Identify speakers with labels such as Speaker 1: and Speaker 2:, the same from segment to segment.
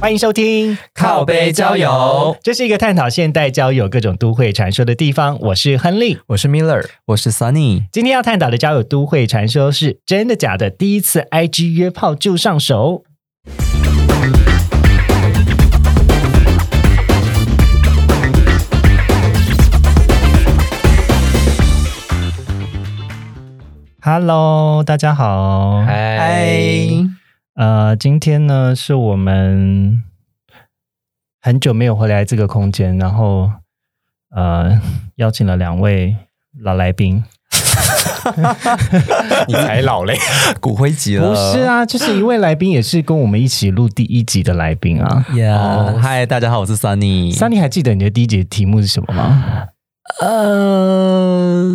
Speaker 1: 欢迎收听《
Speaker 2: 靠背交友
Speaker 1: 这是一个探讨现代交友各种都会传说的地方。我是亨利，
Speaker 2: 我是 Miller，我是 Sunny。
Speaker 1: 今天要探讨的交友都会传说是真的假的？第一次 IG 约炮就上手，Hello，大家好。
Speaker 2: 嗨，
Speaker 1: 呃，今天呢是我们很久没有回来这个空间，然后呃邀请了两位老来宾。
Speaker 3: 你才老嘞！
Speaker 2: 骨灰级 了，
Speaker 1: 不是啊，就是一位来宾也是跟我们一起录第一集的来宾啊。
Speaker 2: 呀？哦嗨，大家好，我是 Sunny。
Speaker 1: 三，你还记得你的第一节题目是什么吗？
Speaker 2: 呃，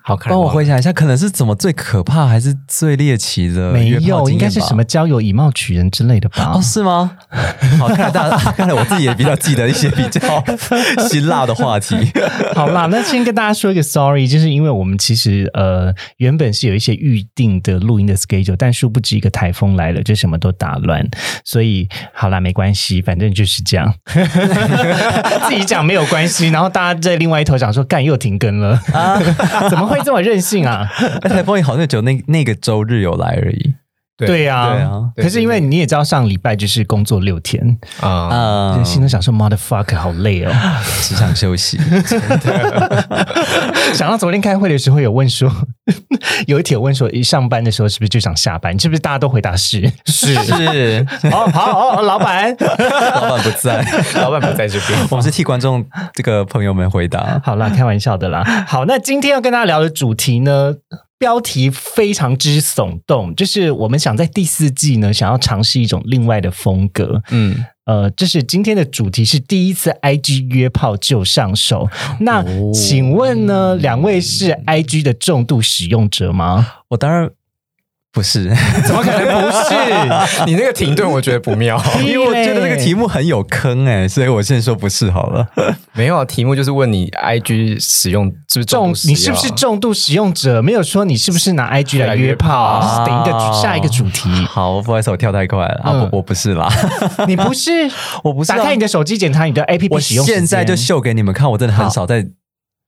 Speaker 3: 好看，
Speaker 2: 帮我回想一下，可能是怎么最可怕，还是最猎奇的
Speaker 1: 没
Speaker 2: 约炮
Speaker 1: 有，
Speaker 2: 经验吧
Speaker 1: 应该是什么交友以貌取人之类的吧？
Speaker 2: 哦，是吗？好，看来大家，看来我自己也比较记得一些比 较辛辣的话题。
Speaker 1: 好啦，那先跟大家说一个 sorry，就是因为我们其实呃原本是有一些预定的录音的 schedule，但殊不知一个台风来了，就什么都打乱。所以好啦，没关系，反正就是这 样。自己讲没有关系，然后大家在另外一头讲说，干又停更 了，怎么会这么任性啊？
Speaker 2: 而且哎风影好像只有那那个周日有来而已。
Speaker 3: 对
Speaker 1: 对呀、
Speaker 2: 对啊
Speaker 1: 可是因为你也知道，上礼拜就是工作六天，
Speaker 3: 啊！
Speaker 2: 啊，
Speaker 1: 心里想说 motherfucker 好累哦。
Speaker 2: 只想休息。
Speaker 1: 想到昨天开会的时候有问说， 有一题有问说，一上班的时候是不是就想下班？是不是大家都回答是？
Speaker 2: 是是，
Speaker 1: 好好哦，老板。
Speaker 2: 老板不在，
Speaker 3: 老板不在这 边，
Speaker 2: 我们是替观众这个朋友们回答。
Speaker 1: 好啦，开玩笑的啦。好，那今天要跟大家聊的主题呢，标题非常之耸动，就是我们想在第四季呢，想要尝试一种另外的风格。
Speaker 2: 嗯，
Speaker 1: 呃，这是今天的主题是第一次 IG 约炮就上手。那
Speaker 2: 哦
Speaker 1: 请问呢，两位是 IG 的重度使用者吗？
Speaker 2: 我当然不是，
Speaker 3: 怎么可能不是？ 你那个停顿，我觉得不妙。
Speaker 2: 因为我觉得这个
Speaker 1: 目。
Speaker 2: 题目很有坑哎、所以我先说不是好了。
Speaker 3: 没有啊，题目就是问你 IG 使用是不是
Speaker 1: 重
Speaker 3: 重度，使
Speaker 1: 你
Speaker 3: 用啊
Speaker 1: 是不是重度使用者？没有说你是不是拿 IG 来约炮，
Speaker 2: 啊。
Speaker 1: 等一个主下一个主题
Speaker 2: 好，不好意思，我跳太快了、啊！
Speaker 1: 嗯
Speaker 2: 不，我不是啦，
Speaker 1: 你不是
Speaker 2: 我不是、啊。
Speaker 1: 打开你的手机检查你的 APP
Speaker 2: 我
Speaker 1: 使用时间
Speaker 2: 现在就秀给你们看，我真的很少在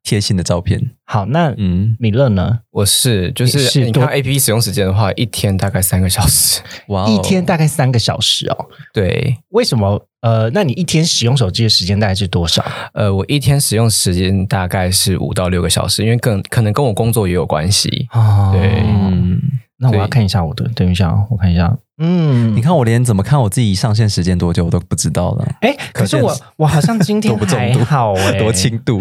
Speaker 2: 贴心的照片。
Speaker 1: 好。那
Speaker 2: 嗯，
Speaker 1: 米勒呢？
Speaker 3: 我是就
Speaker 1: 你
Speaker 3: 是
Speaker 1: 是
Speaker 3: 你
Speaker 1: 多
Speaker 3: 看 A P P 使用时间的话，一天大概三个小时。
Speaker 2: 哇哦
Speaker 1: 一天大概三个小时哦。
Speaker 3: 对，
Speaker 1: 为什么？呃，那你一天使用手机的时间大概是多少？
Speaker 3: 呃，我一天使用时间大概是五到六个小时，因为更可能跟我工作也有关系。
Speaker 1: 哦
Speaker 3: 对
Speaker 2: 嗯，
Speaker 1: 那我要
Speaker 3: 对
Speaker 1: 看一下我的，等一下哦，我看一下。嗯，
Speaker 2: 你看我连怎么看我自己上线时间多久我都不知道了，
Speaker 1: 哎，可是我我好像今天
Speaker 2: 多不
Speaker 1: 还
Speaker 2: 重度，
Speaker 1: 好哎，
Speaker 2: 多轻度。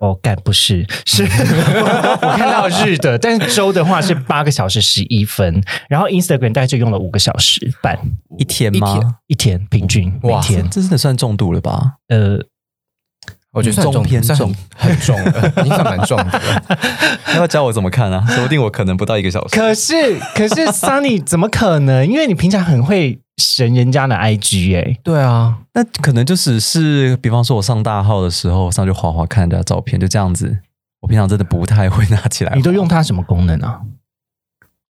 Speaker 1: 哦，干不是，是我看到日的，但是周的话是八个小时十一分，然后 Instagram 大概就用了五个小时半
Speaker 2: 一天
Speaker 3: 一
Speaker 2: 吗
Speaker 3: 天？
Speaker 1: 一天平均每
Speaker 3: 哇
Speaker 1: 天，
Speaker 2: 这真的算重度了吧？
Speaker 1: 呃，
Speaker 3: 我觉得算
Speaker 2: 重偏
Speaker 3: 算
Speaker 2: 重
Speaker 3: 很重 的，你算蛮重 的。
Speaker 2: 要不要教我怎么看啊？说不定我可能不到一个小时。
Speaker 1: 可是可是 Sunny 怎么可能？因为你平常很会神人家的 IG 哎、
Speaker 3: 对啊，
Speaker 2: 那可能就只是，比方说我上大号的时候，上去滑滑看人家照片，就这样子。我平常真的不太会拿起来，
Speaker 1: 你都用它什么功能啊？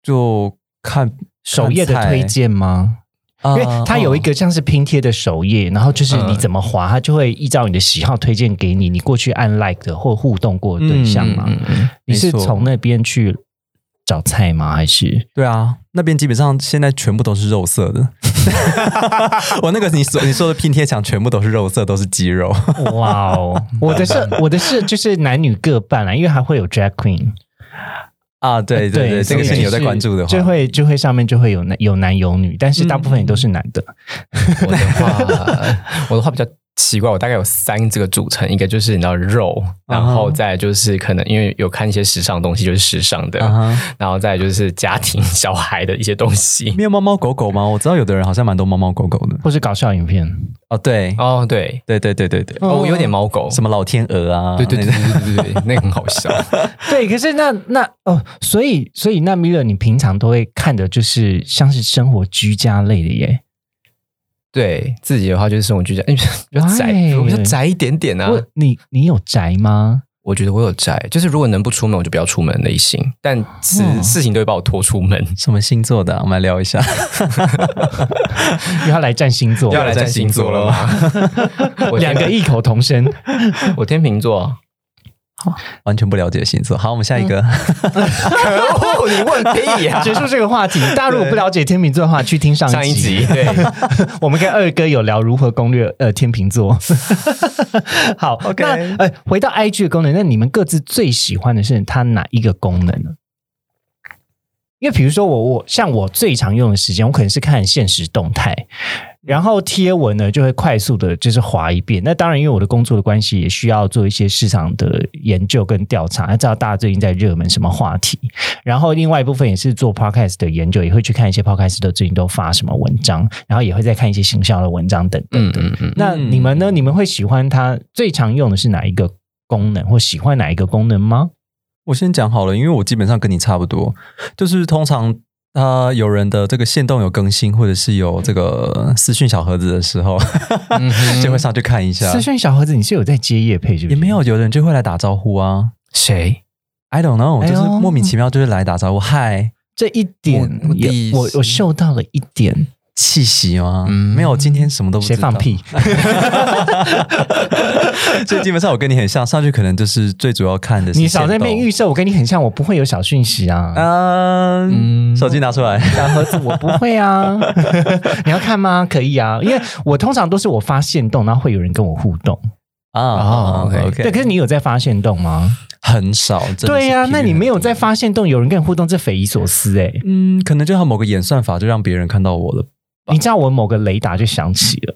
Speaker 2: 就看
Speaker 1: 首页的推，荐吗？
Speaker 2: 看
Speaker 1: 因
Speaker 2: 菜
Speaker 1: 为它有一
Speaker 2: 啊
Speaker 1: 个像是拼贴的首页，然后就是你
Speaker 3: 嗯
Speaker 1: 怎么滑，它就会依照你的喜好推荐给你，你过去按 like 的或互动过的对象嘛。
Speaker 2: 嗯
Speaker 3: 嗯，
Speaker 1: 你是
Speaker 2: 没错
Speaker 1: 从那边去找菜吗？还是
Speaker 2: 对啊，那边基本上现在全部都是肉色的。 我那个你所你说的拼贴墙全部都是肉色，都是肌肉。
Speaker 1: 哇哦，我的是我的是就是男女各半啊啦，因为还会有 drag queen，
Speaker 2: 啊，对对对，这
Speaker 1: 所以
Speaker 2: 个是你有在
Speaker 1: 就是
Speaker 2: 关注的话，
Speaker 1: 就会就会上面就会嗯有男有男有女，但是大部分也都是男的。
Speaker 3: 我的话，我的话比较奇怪，我大概有三这个组成，一个就是你知道肉，然后再来就是可能因为有看一些时尚东西，就是时尚的
Speaker 2: 啊哈
Speaker 3: 然后再来就是家庭小孩的一些东西。
Speaker 2: 没有猫猫狗狗吗？我知道有的人好像蛮多猫猫狗狗的。
Speaker 1: 或是搞笑影片，
Speaker 2: 哦，对，
Speaker 3: 哦，对，
Speaker 2: 对对对对对，
Speaker 3: 哦，我有点猫狗，
Speaker 2: 什么老天鹅啊，
Speaker 3: 对？对对
Speaker 2: 那
Speaker 3: 对对对对，那个很好笑。
Speaker 1: 对，可是那那哦，所以所以那 Miller，你平常都会看的就是像是生活居家类的耶。
Speaker 3: 对自己的话就是生活居家，哎比较宅
Speaker 1: Why？，
Speaker 3: 我比较宅一点点啊。
Speaker 1: 我你你有宅吗？
Speaker 3: 我觉得我有宅，就是如果能不出门，我就不要出门类型。但事
Speaker 1: 哦
Speaker 3: 事情都会把我拖出门。
Speaker 2: 什么星座的啊、我们来聊一下。
Speaker 1: 又要来占星座，
Speaker 2: 要来占星座了
Speaker 3: 吗？我
Speaker 1: 两
Speaker 3: 天
Speaker 1: 个异口同声。
Speaker 3: 我天秤座，
Speaker 2: 完全不了解星座。好，我们下一个。
Speaker 1: 嗯
Speaker 3: 可恶，你 问屁呀！
Speaker 1: 结束这个话题，大家如果不了解天秤座的话，去听上
Speaker 3: 啊上一集 嗯对，
Speaker 1: 我们跟二哥有聊如何攻略呃天秤 座。好
Speaker 2: OK
Speaker 1: 那呃回到 IG 的功能，那你们各自最喜欢的是它哪一个功能呢？因为比如说我我像我最常用的时间，我可能是看现实动态，
Speaker 2: 嗯
Speaker 1: 然后贴文呢就会快速的就是划一遍。那当然，因为我的工作的关系，也需要做一些市场的研究跟调查，要知道大家最近在热门什么话题。然后另外一部分也是做 podcast 的研究，也会去看一些 podcast 的最近都发什么文章，然后也会再看一些行销的文章等等。
Speaker 3: 嗯嗯嗯，
Speaker 1: 那你们呢？你们会喜欢它最常用的是哪一个功能，或喜欢哪一个功能吗？
Speaker 2: 我先讲好了，因为我基本上跟你差不多，就是通常他、呃有人的这个线动有更新，或者是有这个私讯小盒子的时候，
Speaker 3: 嗯 哼
Speaker 2: 就会上去看一下
Speaker 1: 私。讯小盒子，你是有在接业配是不是？
Speaker 2: 啊也没有，有人就会来打招呼啊。
Speaker 3: 谁？
Speaker 2: I don't know，、
Speaker 1: 哎呦
Speaker 2: 就是莫名其妙就是来打招呼，嗨，
Speaker 1: 这一点
Speaker 3: 我我
Speaker 1: 也，
Speaker 3: 第一
Speaker 1: 我我嗅到了一点，
Speaker 2: 气息吗？
Speaker 3: 嗯
Speaker 2: 没有，今天什么都不知
Speaker 1: 谁
Speaker 2: 道。
Speaker 1: 放？屁？
Speaker 2: 所以基本上我跟你很像，上去可能就是最主要看的是
Speaker 1: 你少在那边
Speaker 2: 线动
Speaker 1: 预设，我跟你很像，我不会有小讯息啊。
Speaker 2: 嗯，
Speaker 3: 嗯
Speaker 2: 手机拿出来，
Speaker 1: 小盒子我不会啊，你要看吗？可以啊，因为我通常都是我发现动，然后会有人跟我互动。
Speaker 2: 啊、
Speaker 3: 哦
Speaker 2: o
Speaker 3: ，OK
Speaker 2: k
Speaker 1: 对，可是你有在发现动吗？
Speaker 2: 很少，真的是
Speaker 1: 对呀、
Speaker 2: 频率
Speaker 1: 那你没有
Speaker 2: 很低
Speaker 1: 在发现动，有人跟你互动，这匪夷所思哎、
Speaker 2: 嗯，可能就他某个演算法就让别人看到我了。
Speaker 1: 你知道我某个雷达就响起了，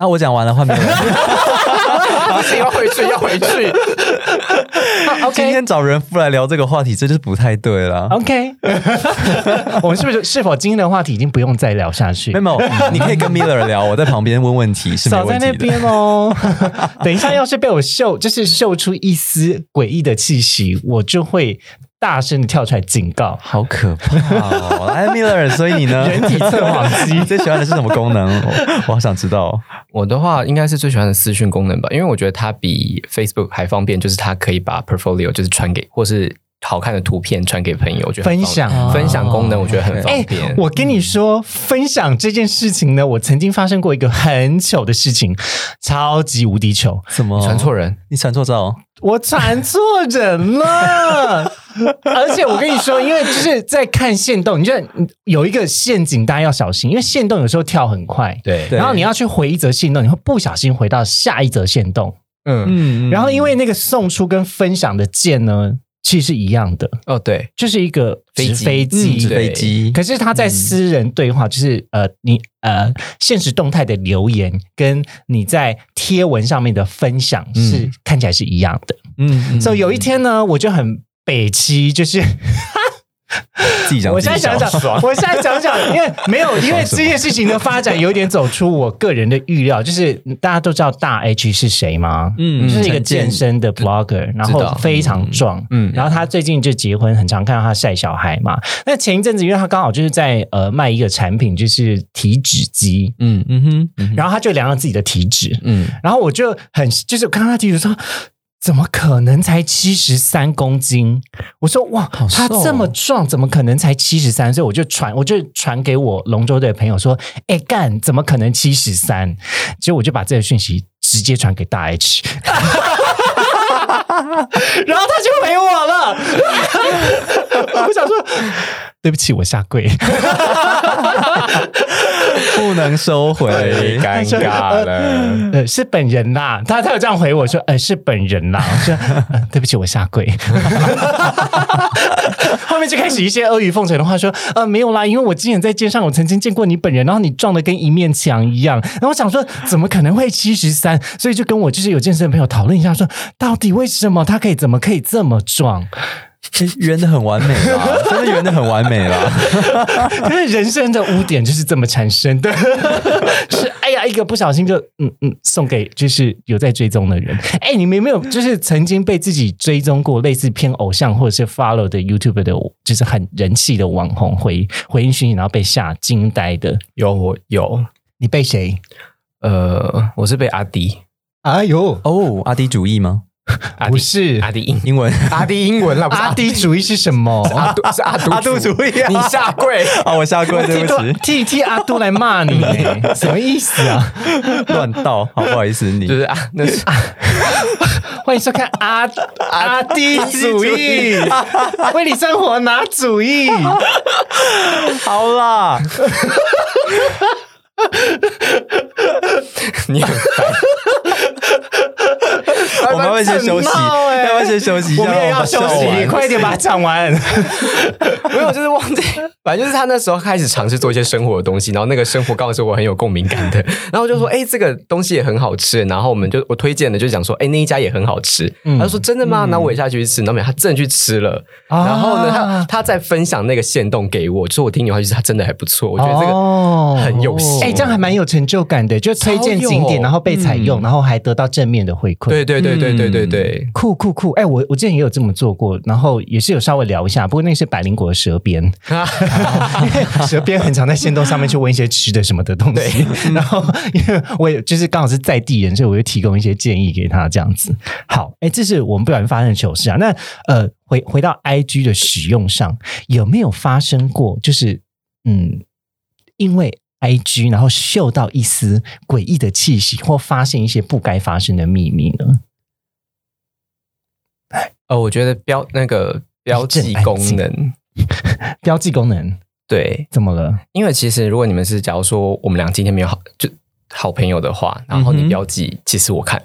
Speaker 2: 那、我讲完了，换别人。
Speaker 3: 不行，要回去，要回 去。
Speaker 2: 今天找人夫来聊这个话题，这就是不太对啦。
Speaker 1: OK，我们是不是是否今天的话题已经不用再聊下去
Speaker 2: 没有？没有，你可以跟 Miller 聊，我在旁边问问题是没
Speaker 1: 少在
Speaker 2: 问
Speaker 1: 那
Speaker 2: 题的。
Speaker 1: 边 哦！等一下，要是被我嗅，就是嗅出一丝诡异的气息，我就会大声的跳出来警告。
Speaker 2: 好可怕哦！哎，Miller，所以你呢？
Speaker 1: 人体测谎机
Speaker 2: 最喜欢的是什么功能？我我好想知道。
Speaker 3: 我的话应该是最喜欢的私讯功能吧，因为我觉得它比 Facebook 还方便，就是它可以把 portfolio 就是传给或是好看的图片传给朋友，我觉得很
Speaker 1: 分
Speaker 3: 方
Speaker 1: 享
Speaker 3: 分享功能，我觉得很
Speaker 1: 哎
Speaker 3: 哦方便。
Speaker 1: 我跟你说，分享这件事情呢，我曾经发生过一个很糗的事情，超级无敌糗，
Speaker 2: 什么？
Speaker 3: 你传？错人，
Speaker 2: 你传错照？
Speaker 1: 我传错人 了。而且我跟你说，因为就是在看线动，你就有一个陷阱，大家要小心，因为线动有时候跳很快，
Speaker 3: 对
Speaker 2: 对
Speaker 1: 然后你要去回一则线动，你会不小心回到下一则线动，
Speaker 3: 嗯，
Speaker 2: 嗯
Speaker 1: 然后因为那个送出跟分享的键呢，其实是一样的，
Speaker 3: 哦对，
Speaker 1: 就是一个
Speaker 3: 飞
Speaker 1: 直
Speaker 3: 机
Speaker 1: 飞机，
Speaker 2: 嗯纸
Speaker 3: 对
Speaker 2: 飞机，
Speaker 1: 可是他在私人对话，就是呃，你呃，现实动态的留言跟你在贴文上面的分享是、看起来是一样的。
Speaker 2: 嗯
Speaker 1: 所、以、有一天呢，我就很北七，就是
Speaker 2: 自己讲，
Speaker 1: 我现在
Speaker 2: 自己
Speaker 1: 想
Speaker 2: 笑
Speaker 1: 想，我现在想想，因为没有，因为这件事情的发展有点走出我个人的预料，就是大家都知道大 H 是谁吗？
Speaker 2: 嗯
Speaker 1: 就是一个
Speaker 2: 陈建
Speaker 1: 健身的 blogger，然后非常壮，嗯
Speaker 3: 嗯，
Speaker 1: 然后他最近就结婚，很常看到他晒小孩嘛。那前一阵子，因为他刚好就是在呃卖一个产品，就是体脂机，
Speaker 3: 嗯
Speaker 2: 嗯哼，嗯 哼
Speaker 1: 然后他就量了自己的体脂，
Speaker 3: 嗯，
Speaker 1: 然后我就很就是我看到他体脂说。怎么可能才七十三公斤？我说哇，
Speaker 2: 好瘦
Speaker 1: 他
Speaker 2: 哦
Speaker 1: 这么壮，怎么可能才七十三？所以我就传，我就传给我龙舟队的朋友说，哎干，怎么可能七十三？结果我就把这个讯息直接传给大 H，然后他就回我了。我想说，对不起，我下跪。
Speaker 2: 不能收回。
Speaker 3: 尴尬
Speaker 2: 哎
Speaker 3: 了。
Speaker 1: 呃，是本人啦，他他有这样回我说，呃，是本人啦，我说、呃、对不起，我下跪。 后面就开始一些阿谀奉承的话，说呃没有啦，因为我之前在街上我曾经见过你本人，然后你撞的跟一面墙一样，然后我想说怎么可能会七十三，所以就跟我就是有健身的朋友讨论一下说，到底为什么他可以怎么可以这么壮？
Speaker 2: 圆的很完美啦，真的圆的很完美啦。
Speaker 1: 可是人生的污点就是这么产生的， 是哎呀，一个不小心就嗯嗯送给就是有在追踪的人。哎，你们有没有就是曾经被自己追踪过类似偏偶像或者是 follow 的 YouTube 的，就是很人气的网红回回应讯息，然后被吓惊呆的？
Speaker 3: 有我有，
Speaker 1: 你被谁？
Speaker 3: 呃，我是被阿迪
Speaker 1: 哎呦，
Speaker 2: 哦，阿迪主义吗？
Speaker 3: 阿
Speaker 1: 不
Speaker 3: 迪
Speaker 1: 是
Speaker 3: 阿迪英
Speaker 2: 英文
Speaker 3: 阿迪英文啦，不是
Speaker 1: 阿
Speaker 3: 阿
Speaker 1: 迪主义是什么？
Speaker 3: 阿杜是阿杜
Speaker 2: 阿杜主义啊
Speaker 3: 你下跪。
Speaker 2: 啊，我下跪，对不 起，
Speaker 1: 替替阿杜来骂你，哎 什么意思啊？
Speaker 2: 乱道，好不好意思，你
Speaker 3: 就是啊，那是
Speaker 1: 欢迎收 看阿阿迪主义， 为你生活拿主 意。
Speaker 2: 好啦。
Speaker 3: 你很
Speaker 2: 我们要不要先休息，
Speaker 1: 很闹欸
Speaker 2: 要不要先休息一下？
Speaker 1: 我们也要休
Speaker 2: 让我把它笑
Speaker 1: 息，
Speaker 2: 完
Speaker 1: 快点把它讲完。
Speaker 3: 没有，就 是忘记，反正就是他那时候开始尝试做一些生活的东西，然后那个生活刚好是我很有共鸣 感的，然后我就
Speaker 1: 嗯
Speaker 3: 说，哎、这个东西也很好吃，然后我们就我推荐的就讲说，哎、那一家也很好吃，
Speaker 1: 嗯
Speaker 3: 他就说真的吗？那我也下去吃，然后没有他真的去吃了，
Speaker 1: 啊
Speaker 3: 然后呢，他他在分享那个线动给我，就是我听你话，就是他真的还不错，我觉得这个
Speaker 1: 哦
Speaker 3: 很有戏
Speaker 1: 哎，这样还蛮有成就感的，就推荐景
Speaker 3: 超
Speaker 1: 点，
Speaker 3: 有
Speaker 1: 然后被采用，然后还得到正面的回馈。
Speaker 3: 对对对对对对对，
Speaker 1: 酷酷酷！哎、我我之前也有这么做过，然后也是有稍微聊一下，不过那是百灵果的蛇鞭，因为蛇鞭很常在线洞上面去问一些吃的什么的东西，然后因为我也就是刚好是在地人，所以我就提供一些建议给他这样子。好，哎、这是我们不小心发生的糗事啊。那呃，回回到 I G 的使用上，有没有发生过就是嗯，因为 I G 然后嗅到一丝诡异的气息，或发现一些不该发生的秘密呢？
Speaker 3: 呃，我觉得标那个标
Speaker 1: 一
Speaker 3: 记
Speaker 1: 阵安
Speaker 3: 功
Speaker 1: 静
Speaker 3: 能，
Speaker 1: 标记功能
Speaker 3: 对，
Speaker 1: 怎么了？
Speaker 3: 因为其实如果你们是假如说我们俩今天没有好就好朋友的话，然后
Speaker 2: 嗯
Speaker 3: 你
Speaker 2: 哼
Speaker 3: 标记，其实我看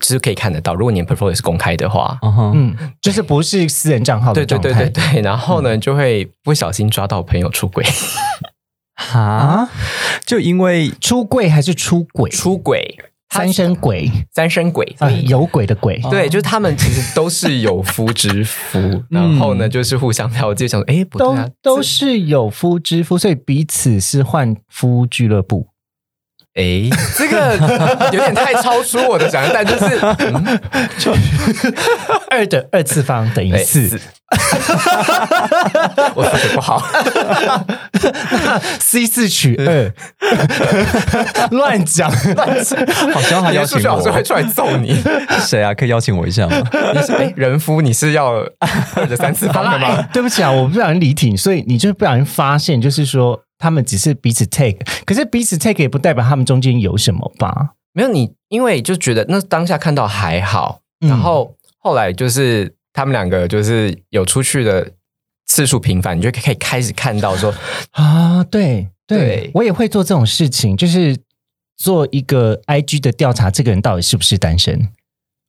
Speaker 3: 其实可以看得到，如果你的 portfolio 是公开的话。
Speaker 2: 嗯哼，
Speaker 1: 嗯，就是不是私人账号哦的
Speaker 3: 对对
Speaker 1: 状态
Speaker 3: 对对对，然后呢，就会不小心抓到朋友出轨，
Speaker 2: 哈，
Speaker 1: 啊？
Speaker 2: 就因为
Speaker 1: 出柜还是出轨？
Speaker 3: 出轨，他
Speaker 1: 三生鬼
Speaker 3: 三生鬼，
Speaker 1: 啊、
Speaker 3: 所以哦
Speaker 1: 有鬼的鬼。
Speaker 3: 对，就是他们其实都是有夫之夫，然后呢，就是互相标记，想说，哎，不
Speaker 1: 都
Speaker 3: 对啊，
Speaker 1: 都是有夫之夫，所以彼此是换夫俱乐部。
Speaker 3: 哎，这个有点太超出我的想象，但就是嗯
Speaker 1: 二的二次方等于
Speaker 3: 哎
Speaker 1: 四
Speaker 3: 我数学不好，
Speaker 1: ，C 四取 二，乱讲。
Speaker 2: 好像还
Speaker 3: 你
Speaker 2: 邀
Speaker 3: 的数
Speaker 2: 请
Speaker 3: 学老师会
Speaker 2: 我，
Speaker 3: 出来揍你。
Speaker 2: 谁啊？可以邀请我一下吗？
Speaker 3: 你是哎，人夫，你是要二的三次
Speaker 1: 好
Speaker 3: 方
Speaker 1: 啦
Speaker 3: 的、吗？
Speaker 1: 哎对不起啊，我不小心离题，所以你就不小心发现，就是说他们只是彼此 take，可是彼此 take 也不代表他们中间有什么吧？
Speaker 3: 没有你，因为就觉得那当下看到还好，
Speaker 1: 嗯
Speaker 3: 然后后来就是他们两个就是有出去的次数频繁，你就可以开始看到 说，
Speaker 1: 啊，对对
Speaker 3: 对，
Speaker 1: 我也会做这种事情，就是做一个 IG 的调查，这个人到底是不是单身？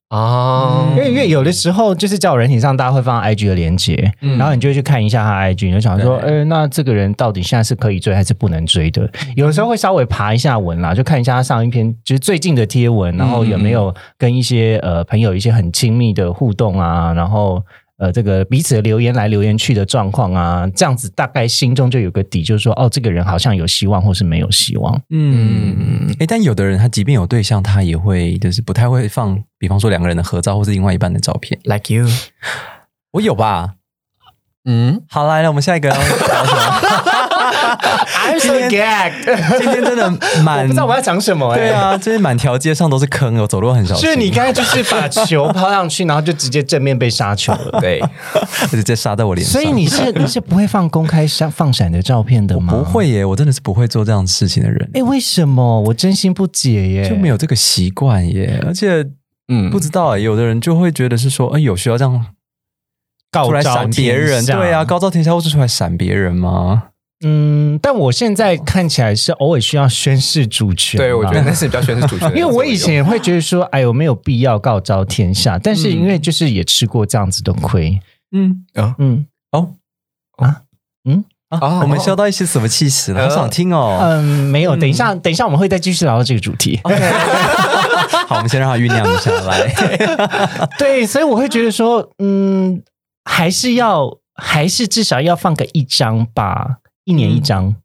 Speaker 3: 哦
Speaker 1: 因，为因为有的时候就是在我人体上，大家会放 IG 的链接，
Speaker 2: 嗯
Speaker 1: 然后你就会去看一下他的 IG，你就想说，
Speaker 2: 对嗯
Speaker 1: 呃，那这个人到底现在是可以追还是不能追的？有的时候会稍微爬一下文啦，就看一下他上一篇就是最近的贴文，然后有没
Speaker 2: 嗯
Speaker 1: 有跟一些呃朋友一些很亲密的互动啊，然后。呃，这个彼此的留言来留言去的状况啊，这样子大概心中就有个底，就是说，哦，这个人好像有希望，或是没有希 望。
Speaker 2: 嗯，哎，但有的人他即便有对象，他也会就是不太会放，比方说两个人的合照或是另外一半的照片。
Speaker 3: ，like you，
Speaker 2: 我有吧？
Speaker 3: 嗯，
Speaker 2: 好，来了，我们下一 个要聊什么？
Speaker 1: I'm so gagged，
Speaker 2: 今天真的
Speaker 1: 我
Speaker 2: 满
Speaker 1: 不知道我要讲什么、欸。
Speaker 2: 对啊，就是满条街上都是坑，我走路很小心。
Speaker 1: 是你刚才就是把球抛上去，然后就直接正面被杀球了。
Speaker 3: 对，
Speaker 2: 直接杀在我脸
Speaker 1: 所
Speaker 2: 上，
Speaker 1: 以你是你是不会放公开闪放闪的照片的吗？
Speaker 2: 不。会耶，我真的是不会做这样的事情的人。
Speaker 1: 哎、为什么？我真心不解耶。
Speaker 2: 就没有这个习惯耶，而且
Speaker 3: 嗯
Speaker 2: 不知道耶，有的人就会觉得是说，哎、有需要这样
Speaker 1: 告
Speaker 2: 出来
Speaker 1: 昭
Speaker 2: 闪别
Speaker 1: 天
Speaker 2: 人，
Speaker 1: 下
Speaker 2: 对啊，高照天下会是出来闪别人吗？
Speaker 1: 嗯，但我现在看起来是偶尔需要宣示主权，
Speaker 3: 对，我觉得。那是比较宣示 主权的作用。
Speaker 1: 因为我以前也会觉得说，哎，有没有必要告昭天下？但是因为就是也吃过这样子的亏，
Speaker 2: 嗯，
Speaker 1: 嗯
Speaker 2: 哦
Speaker 1: 啊嗯
Speaker 2: 啊，
Speaker 3: 啊
Speaker 2: 我们笑到一些什么气死了，好想听哦。
Speaker 1: 嗯，没有。等一下，等一下，我们会再继续聊到这个主题。
Speaker 2: 好，我们先让它酝酿一下来。
Speaker 1: 对，所以我会觉得说，嗯，还是要，还是至少要放个一张吧，一年一张。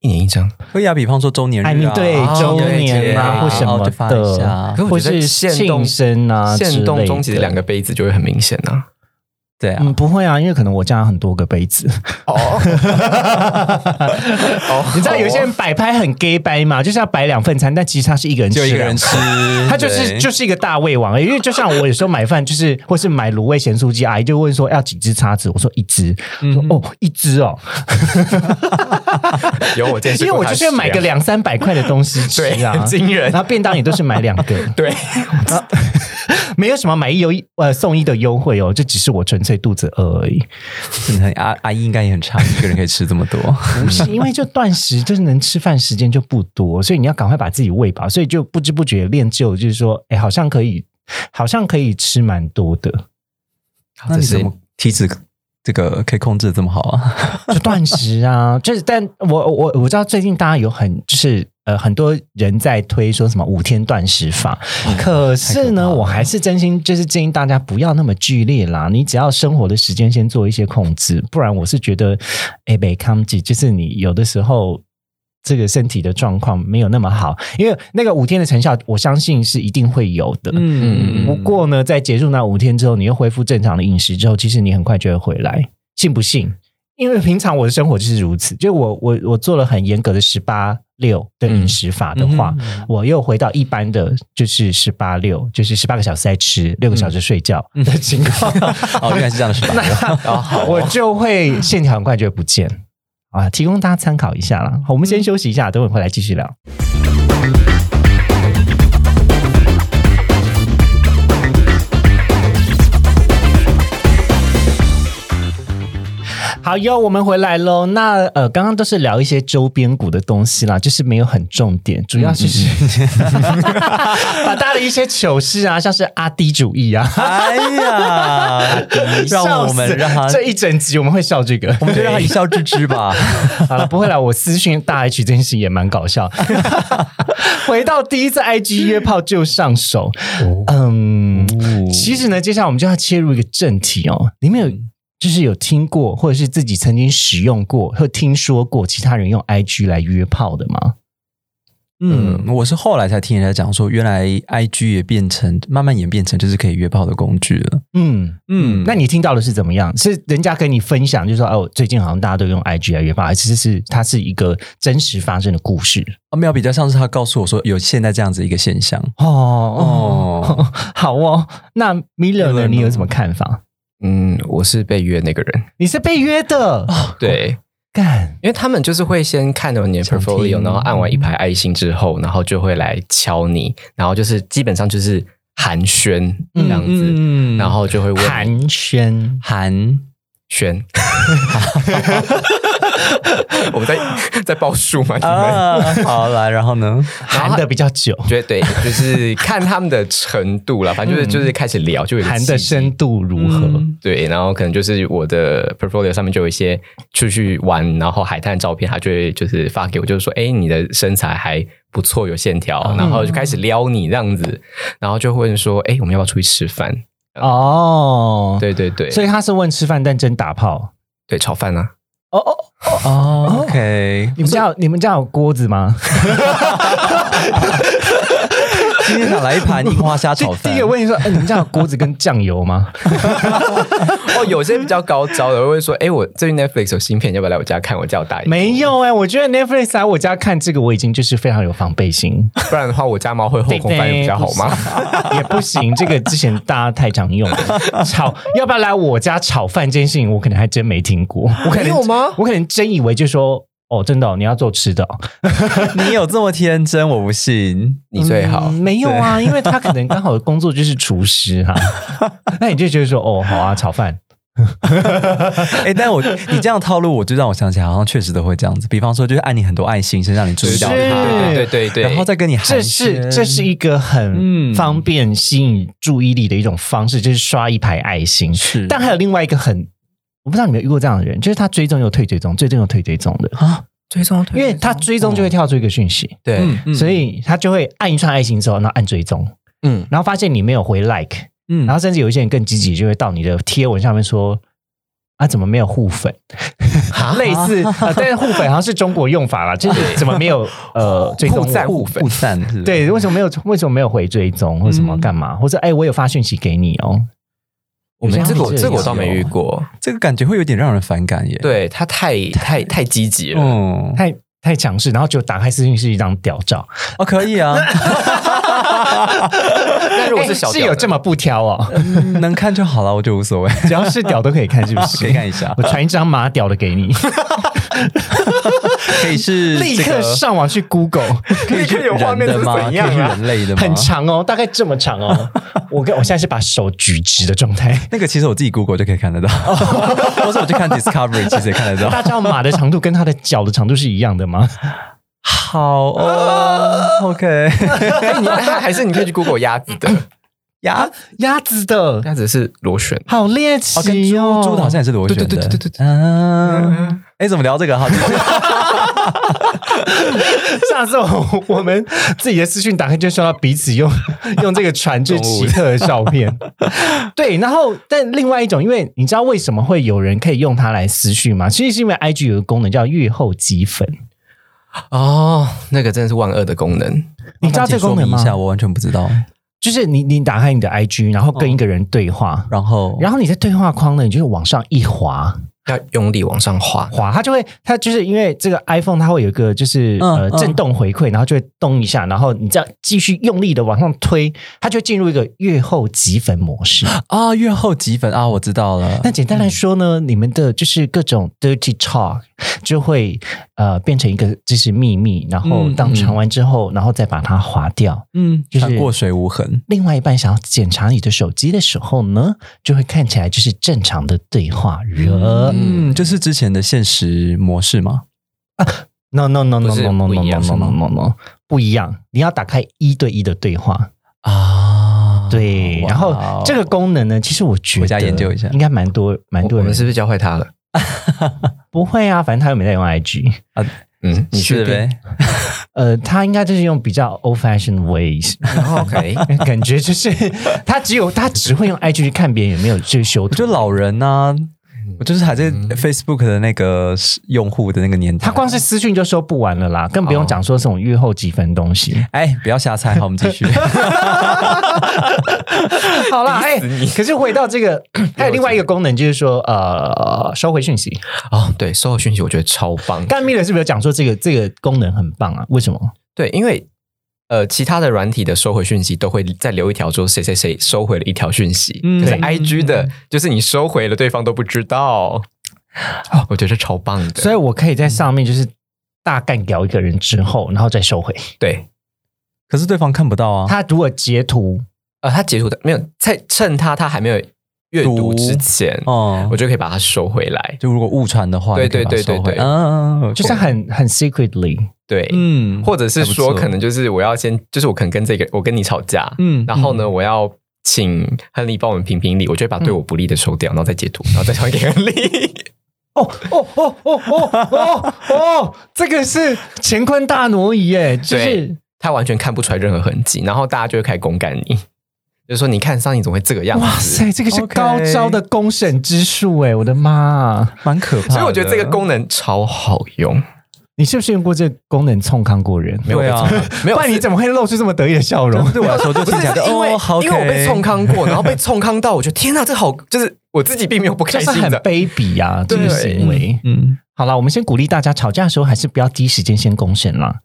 Speaker 3: 一年一张，
Speaker 2: 可以啊，比方说周年日啊，
Speaker 1: 哎，你对
Speaker 3: 哦
Speaker 1: 周年
Speaker 3: 对
Speaker 1: 啊，或什
Speaker 2: 然后
Speaker 1: 么
Speaker 2: 就发一下
Speaker 1: 的，
Speaker 3: 可
Speaker 1: 或
Speaker 3: 我觉得
Speaker 1: 是
Speaker 3: 限动
Speaker 1: 庆生啊之类的，
Speaker 3: 限动终极的两个杯子就会很明显啊。
Speaker 2: 对啊，
Speaker 1: 嗯，不会啊，因为可能我家有很多个杯子。
Speaker 3: 哦，
Speaker 1: 你知道有些人摆拍很 gay 掰嘛，就是要摆两份餐，但其实他是一个人吃
Speaker 2: 就一个人
Speaker 1: 两
Speaker 2: 吃
Speaker 1: 份。，他就是
Speaker 2: 对
Speaker 1: 就是一个大胃王而已，因为就像我有时候买饭，就是或是买卤味咸酥鸡，阿姨就问说要几只叉子，我说一只，说
Speaker 3: 嗯
Speaker 1: 哦一只哦，
Speaker 3: 有我见识
Speaker 1: 因为
Speaker 3: 过
Speaker 1: 我
Speaker 3: 他
Speaker 1: 就是要买个
Speaker 3: 使用
Speaker 1: 两三百块的东西吃
Speaker 3: 对，
Speaker 1: 啊
Speaker 3: 很，惊人
Speaker 1: 然。后便当也都是买两个，
Speaker 3: 对，
Speaker 1: 没有什么买一有一呃送一的优惠哦，这只是我纯粹肚子饿而已，
Speaker 2: 真 的很阿阿姨应该也很差，一个人可以吃这么多。
Speaker 3: 嗯
Speaker 1: 不是因为就断食，就是能吃饭时间就不多，所以你要赶快把自己喂饱，所以就不知不觉练就，就是说，哎，好像可以，好像可以吃蛮多的，
Speaker 2: 那你怎么体脂这个可以控制得这么好啊？
Speaker 1: 就断食啊，就是，但我我我知道最近大家有很就是呃很多人在推说什么五天断食法，可是
Speaker 2: 嗯太可怕
Speaker 1: 呢，
Speaker 2: 了
Speaker 1: 我还是真心就是建议大家不要那么剧烈啦，你只要生活的时间先做一些控制，不然我是觉得，哎，北康吉就是你有的时候。这个身体的状况没有那么好，因为那个五天的成效，我相信是一定会有的。
Speaker 2: 嗯
Speaker 1: 不过呢，在结束那五天之后，你又恢复正常的饮食之后，其实你很快就会回来，信不信？因为平常我的生活就是如此，就我我我做了很严格的十八六的饮食法的
Speaker 2: 嗯
Speaker 1: 话，我又回到一般的就是十八六，就是十八个小时在吃，六个小时睡觉的情况，
Speaker 2: 哦，原来是这样的是 哦吧？
Speaker 1: 我就会线条很快就会不见啊！提供大家参考一下啦。好，我们先休息一下，等会回来继续聊。好哟，我们回来喽。那呃，刚刚都是聊一些周边股的东西啦，就是没有很重点，主要就是、嗯 把大家的一些糗事啊，像是阿低主义 啊，
Speaker 2: 哎 呀，让我们让他
Speaker 1: 笑死，这一整集我们会笑这个，
Speaker 2: 我们就让他一笑置之 吧。
Speaker 1: 好了，不会啦，我私讯大 H 这件事也蛮搞笑。 回到第一次 IG 约炮就上手，嗯，其实呢，接下来我们就要切入一个正题哦。你们有就是有听过，或者是自己曾经使用过，或听说过其他人用 IG 来约炮的吗？
Speaker 2: 嗯，我是后来才听人家讲说，原来 IG 也变成慢慢演变成就是可以约炮的工具了。
Speaker 1: 嗯，
Speaker 2: 嗯
Speaker 1: 那你听到的是怎么样？是人家跟你分享，就说哦，最近好像大家都用 IG 来约炮，还是是它是一个真实发生的故事？
Speaker 2: 啊，没有比较像是他告诉我说有现在这样子一个现象。
Speaker 1: 哦哦
Speaker 2: 哦，
Speaker 1: 好哦。那 Miller 呢？
Speaker 2: Miller
Speaker 1: 你有
Speaker 2: 呢
Speaker 1: 什么看法？
Speaker 3: 嗯，我是被约那个人，
Speaker 1: 你是被约的，
Speaker 3: 对，
Speaker 1: 干
Speaker 3: 因为他们就是会先看到你的
Speaker 2: 想听
Speaker 3: portfolio，然后按完一排爱心之后，然后就会来敲你，然后就是基本上就是寒暄这样子，
Speaker 2: 嗯
Speaker 3: 然后就会问你
Speaker 1: 寒暄，
Speaker 2: 韩
Speaker 3: 暄。我们在 在报数嘛，你们、
Speaker 2: 啊，好来，然后呢？
Speaker 1: 含的比较久，
Speaker 3: 觉得对，就是看他们的程度啦，反正就是就是开始聊，就有一个
Speaker 1: 含的
Speaker 3: 契机
Speaker 1: 深度如何？
Speaker 2: 嗯
Speaker 3: 对，然后可能就是我的 portfolio 上面就有一些出去玩，然后海滩的照片，他就会就是发给我，就是说，哎，你的身材还不错，有线条，然后就开始撩你这样子，然后就会问说，哎，我们要不要出去吃饭？
Speaker 1: 哦，，
Speaker 3: 对对对，
Speaker 1: 所以他是问吃饭，但真打炮。
Speaker 3: 对炒饭啊，
Speaker 1: 哦哦，
Speaker 2: 哦，OK，
Speaker 1: 你们家有你们家有锅子吗？
Speaker 2: 今天想来一盘樱花虾炒
Speaker 1: 第
Speaker 2: 饭。
Speaker 1: 第一个问你说，哎，你们家有锅子跟酱油 吗？
Speaker 3: 哦，有些比较高招的会说，哎，我最近 Netflix 有新片，要不要来我家看？我叫我大姨，
Speaker 1: 没有哎，我觉得 Netflix 来我家看这个，我已经就是非常有防备 心，
Speaker 3: 不然的话我家猫会后空翻比较好吗？
Speaker 1: 也不行。这个之前大家太常用 了，炒要不要来我家炒饭这件事情，我可能还真没听过。我可能
Speaker 3: 没有 吗
Speaker 1: 我可能真以为就说，哦，真的哦、你要做吃的哦、
Speaker 2: 你有这么天真，我不信。
Speaker 3: 你最好
Speaker 1: 嗯，没有啊， 因为他可能刚好的工作就是厨师哈、那你就觉得说，哦，好啊，炒饭
Speaker 2: 哎、但我你这样套路，我就让我想起来，好像确实都会这样子。比方说，就是按你很多爱心，先让你注意到
Speaker 1: 是
Speaker 2: 他，
Speaker 3: 对对对对，
Speaker 2: 然后再跟你
Speaker 1: 这
Speaker 2: 寒
Speaker 1: 是
Speaker 2: 暄
Speaker 1: 这是一个很
Speaker 2: 嗯
Speaker 1: 方便吸引注意力的一种方式，就是刷一排爱心。
Speaker 2: 是，
Speaker 1: 但还有另外一个很，我不知道你们有遇过这样的人，就是他追踪又退追踪，追踪又退追踪的，
Speaker 2: 啊，
Speaker 3: 追踪推
Speaker 1: 因为他追踪就
Speaker 2: 哦
Speaker 1: 会跳出一个讯息，
Speaker 3: 对，
Speaker 2: 嗯
Speaker 1: 所以他就会按一串爱心之后，然后按追踪，
Speaker 3: 嗯，
Speaker 1: 然后发现你没有回 like，
Speaker 2: 嗯
Speaker 1: 然后甚至有一些人更积极，就会到你的贴文下面说。啊，怎么没有互粉？ 类 似，呃但是互粉好像是中国用法啦，就是怎么没有呃追踪
Speaker 3: 互赞
Speaker 1: 我
Speaker 2: 互互散是不是，
Speaker 1: 对，为什么没有 为什么没有回追踪或什么
Speaker 2: 嗯
Speaker 1: 干嘛？或者哎，我有发讯息给你哦。
Speaker 3: 我们这个我
Speaker 1: 有些
Speaker 3: 这个我
Speaker 1: 人是
Speaker 3: 倒没遇过，
Speaker 2: 这个感觉会有点让人反感耶。，
Speaker 3: 对他太太太积极了，
Speaker 2: 嗯，
Speaker 1: 太太强势，然后就打开私信是一张屌 照。
Speaker 2: 哦，可以 啊，
Speaker 3: 但如果是小
Speaker 1: 哎是
Speaker 3: 屌
Speaker 1: 有
Speaker 3: 的
Speaker 1: 这么不挑 哦，
Speaker 2: 嗯能看就好了，我就无所 谓，
Speaker 1: 只要是屌都可以看，是不
Speaker 2: 可
Speaker 1: 是
Speaker 2: 以？看一下
Speaker 1: 我，传一张马屌的给你，
Speaker 2: 可以是
Speaker 1: 立
Speaker 2: 这
Speaker 1: 刻
Speaker 2: 个
Speaker 1: 上网去 Google，
Speaker 2: 可以
Speaker 3: 立刻
Speaker 2: 是
Speaker 3: 有画
Speaker 2: 人
Speaker 3: 面
Speaker 2: 的
Speaker 3: 是
Speaker 2: 吗？可
Speaker 3: 怎
Speaker 2: 以
Speaker 3: 样
Speaker 2: 是
Speaker 3: 啊
Speaker 2: 人类的吗？
Speaker 1: 很长哦，大概这么长 哦。我跟我现在是把手举直的状态。
Speaker 2: 那个其实我自己 Google 就可以看得到，或者我去看 Discovery 其实也看得到。
Speaker 1: 大家知道马的长度跟它的脚的长度是一样的吗？
Speaker 2: 好 哦，OK，
Speaker 3: 哎，你还还是你可以去 Google 鸭子的，
Speaker 2: 呀，
Speaker 1: 鸭子的
Speaker 3: 鸭子是螺旋，
Speaker 1: 好猎奇
Speaker 2: 哦，跟猪
Speaker 1: 哦，
Speaker 2: 猪的好像也是螺旋的，
Speaker 3: 对对对对对
Speaker 2: 对。嗯，哎，怎么聊这个哈？
Speaker 1: 下次我我们自己的私讯打开就收到彼此 用用这个传这奇特的照片。对，然后但另外一种，因为你知道为什么会有人可以用它来私讯吗？其实是因为 IG 有个功能叫月后积粉，
Speaker 3: 哦，那个真的是万恶的功能，
Speaker 1: 你知道这个功能吗
Speaker 2: 麻哦烦请说明一？下，我完全不知道。
Speaker 1: 就是你你打开你的 IG，然后
Speaker 2: 哦
Speaker 1: 跟一个人对话。
Speaker 2: 然后，
Speaker 1: 然后你在对话框呢，你就是往上一滑
Speaker 3: 要用力往上滑，
Speaker 1: 滑，它就会，它就是因为这个 iPhone 它会有一个就是、
Speaker 2: 嗯
Speaker 1: 呃
Speaker 2: 嗯
Speaker 1: 震动回馈，然后就会动一下，然后你这样继续用力的往上推，它就会进入一个月后积粉模式。
Speaker 2: 啊，月后积粉啊，我知道了。
Speaker 1: 那简单来说呢，你们的就是各种 dirty talk 就会呃变成一个就是秘密，然后
Speaker 2: 嗯
Speaker 1: 当传完之后，然后再把它划掉。
Speaker 2: 嗯，
Speaker 1: 就是
Speaker 2: 穿过水无痕。
Speaker 1: 另外一半想要检查你的手机的时候呢，就会看起来就是正常的对话人。
Speaker 2: 嗯，就是之前的现实模式嘛。
Speaker 1: No no no no
Speaker 3: 不
Speaker 1: no
Speaker 3: 是
Speaker 1: no no
Speaker 3: 不一
Speaker 1: no
Speaker 3: 样
Speaker 1: no no no no 不一样，你要打开一对一的对话。
Speaker 2: 啊，
Speaker 1: 对，
Speaker 2: 哇哦
Speaker 1: 然后这个功能呢，其实我觉得
Speaker 2: 回家研究一下
Speaker 1: 应该蛮多蛮
Speaker 3: 我
Speaker 1: 多
Speaker 3: 我
Speaker 1: 人
Speaker 3: 们是不是教坏他了？
Speaker 1: 不会啊，反正他又没在用 IG。
Speaker 3: 嗯，你
Speaker 2: 是
Speaker 3: 确定？
Speaker 2: 呗？
Speaker 1: 呃，他应该就是用比较 old fashioned ways，
Speaker 3: 哦 OK，
Speaker 1: 感觉就是他只有他只会用 IG 去看别人有没有去修
Speaker 2: 我
Speaker 1: 图
Speaker 2: 觉。得老人呢、
Speaker 3: 嗯
Speaker 2: 我就是还在 Facebook 的那个用户的那个年代。
Speaker 1: 他光是私讯就收不完了啦，更不用讲说这种月后积分东 西。
Speaker 2: 哎，不要瞎猜，好，我们继续。
Speaker 1: 好啦，哎、
Speaker 3: 逼死你
Speaker 1: 可是回到这个，还有另外一个功能就是说，呃，收回讯息。
Speaker 3: 哦，对，收到讯息我觉得超棒，
Speaker 1: 干蜜人是不是有讲说这个这个功能很棒啊？为什么？
Speaker 3: 对，因为呃，其他的软体的收回讯息都会再留一条，说谁谁谁收回了一条讯息，
Speaker 2: 嗯
Speaker 3: 可是
Speaker 2: 对
Speaker 3: I G 的，就是你收回了，对方都不知道。哦、我觉得超棒的，
Speaker 1: 所以我可以在上面就是大概聊一个人之后，然后再收回。
Speaker 3: 对，
Speaker 2: 可是对方看不到啊。
Speaker 1: 他如果截图，
Speaker 3: 呃，他截图的没有，在趁他他还没有阅读
Speaker 2: 读
Speaker 3: 之前，
Speaker 2: 哦
Speaker 3: 我，就可以把它收回来。
Speaker 2: 就如果误传的话，
Speaker 3: 对
Speaker 2: 你可以把它
Speaker 3: 对对
Speaker 2: 收回
Speaker 3: 对对
Speaker 2: 嗯，嗯嗯
Speaker 1: 就是很很 secretly，
Speaker 3: 对，
Speaker 2: 嗯，
Speaker 3: 或者是
Speaker 2: 还
Speaker 3: 说，
Speaker 2: 不错
Speaker 3: 可能就是我要先，就是我可能跟这个我跟你吵架，
Speaker 2: 嗯嗯
Speaker 3: 然后呢，我要请亨利帮我们评评理，我就会把对我不利的收掉，然后再截图，然后再传给亨利。
Speaker 1: 哦哦哦哦哦哦哦，这个是乾坤大挪移耶，就是
Speaker 3: 对他完全看不出来任何痕迹，然后大家就会开始公干你，就说你看上一怎么会这个样
Speaker 1: 哇
Speaker 3: 子？
Speaker 1: 塞，这个是高招的公审之术哎，我的妈啊！
Speaker 2: 嗯蛮可怕的。
Speaker 3: 所以我觉得这个功能超好用，
Speaker 1: 你是不是用过这个功能冲康过人？
Speaker 3: 没有
Speaker 2: 对
Speaker 3: 被
Speaker 2: 啊
Speaker 3: 冲康，没有
Speaker 1: 不然你怎么会露出这么得意的笑 容？
Speaker 2: 对我来说就
Speaker 3: 不
Speaker 2: 听
Speaker 3: 是
Speaker 2: 起来
Speaker 3: 是
Speaker 2: 就
Speaker 3: 因为、
Speaker 2: 哦，好，
Speaker 3: 因为我被冲。康过，然后被冲康到，我觉得天哪， 这好，就是我自己并没有不
Speaker 1: 就
Speaker 3: 开
Speaker 1: 是
Speaker 3: 心
Speaker 1: 很
Speaker 3: 的，
Speaker 1: 卑鄙啊，这个
Speaker 3: 对
Speaker 1: 行为。
Speaker 2: 嗯，
Speaker 1: 好啦，我们先鼓励大家吵架的时候还是不要第一时间先公审啦。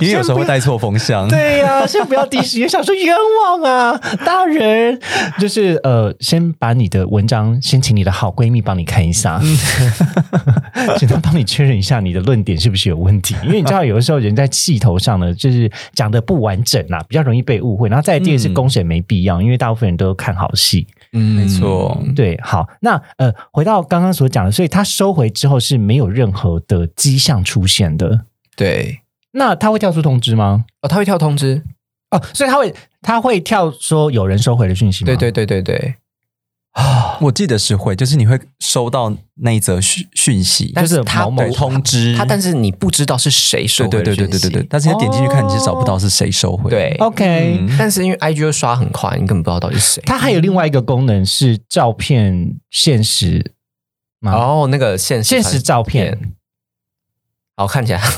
Speaker 2: 因为有时候会带错风向。
Speaker 1: 对呀、 先不要第一时间想说冤枉啊，大人。就是呃，先把你的文章，先请你的好闺蜜帮你看一下， 请她帮你确认一下你的论点是不是有问题。因为你知道，有的时候人在气头上呢，就是啊讲的不完整啦，比较容易被误会。然后再来第二是
Speaker 2: 嗯
Speaker 1: 公审没必要，因为大部分人都看好戏。
Speaker 2: 嗯，没错，
Speaker 1: 对，好，那呃，回到刚刚所讲的，所以他收回之后是没有任何的迹象出现的。
Speaker 3: 对，
Speaker 1: 那他会跳出通知吗？
Speaker 3: 哦，他会跳通知，
Speaker 1: 哦，所以他会他会跳说有人收回了讯
Speaker 2: 嗯
Speaker 1: 息吗？
Speaker 3: 对对对对对，
Speaker 2: 我记得是会，就是你会收到那一则讯讯息，
Speaker 1: 但是
Speaker 2: 就
Speaker 1: 毛毛
Speaker 2: 对通知，
Speaker 3: 他但是你不知道是谁收
Speaker 2: 对
Speaker 3: 回
Speaker 2: 对
Speaker 3: 的
Speaker 2: 对对对
Speaker 3: 讯息
Speaker 2: 对对，但是你点进去看，你是找不到是谁收回，
Speaker 3: 对
Speaker 1: ，OK，、
Speaker 2: 嗯
Speaker 3: 但是因为 IG 又刷很快，你根本不知道到底是谁。
Speaker 2: 啊
Speaker 1: 它还有另外一个功能是照片现实吗？
Speaker 3: 哦，那个现实
Speaker 1: 现实照片，
Speaker 3: 哦，看起来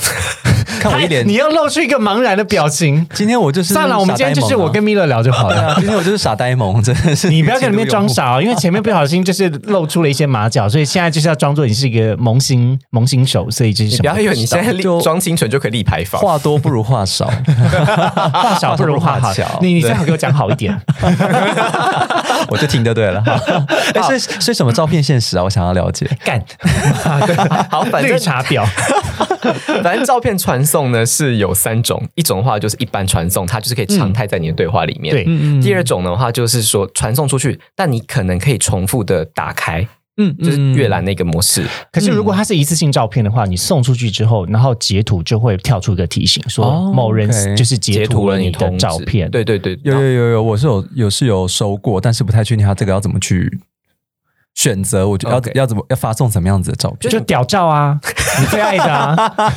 Speaker 2: 看我一脸
Speaker 1: 你，要露出一个茫然的表情。
Speaker 2: 今天我就是
Speaker 1: 算了，我们今天就是我跟。米勒聊就好
Speaker 2: 对
Speaker 1: 了。
Speaker 2: 啊，今天我就是傻呆萌，真的 是
Speaker 1: 你不要在里面装傻哦，因为前面不小心就是露出了一些马脚，所以现在就是要装作你是一个萌新萌新手，所以就是
Speaker 3: 你
Speaker 1: 什
Speaker 3: 不
Speaker 1: 么
Speaker 3: 要以为你现在立
Speaker 2: 就
Speaker 3: 装清纯就可以立牌坊。
Speaker 2: 话多不如话少，
Speaker 1: 话少不如话
Speaker 2: 话
Speaker 1: 好
Speaker 2: 巧，
Speaker 1: 你你最好给我讲好一点。
Speaker 2: 我就听就对了。哎，所以所以什么照片现实啊？我想要了解。
Speaker 1: 干，
Speaker 3: 好，反
Speaker 1: 绿
Speaker 3: 正
Speaker 1: 茶婊，
Speaker 3: 反正照片传送呢是有三种，一种的话就是一般传送，它就是可以常态在你的对话里面。
Speaker 1: 对
Speaker 2: 嗯
Speaker 3: 第二种的话就是说传送出去，但你可能可以重复的打开，
Speaker 2: 嗯
Speaker 3: 就是阅览那个模式。
Speaker 1: 可是如果它是一次性照片的话，你送出去之后，然后截图就会跳出一个提醒，说
Speaker 2: 哦
Speaker 1: 某人
Speaker 2: OK
Speaker 1: 就是截图了你的
Speaker 3: 通知
Speaker 1: 照片。
Speaker 3: 对对对，
Speaker 2: 有有有有，我是有有是有收过，但是不太确定他这个要怎么去选择，我就要
Speaker 3: OK
Speaker 2: 要怎么要发送什么样子的照片。
Speaker 1: 就屌照啊，你最爱的啊，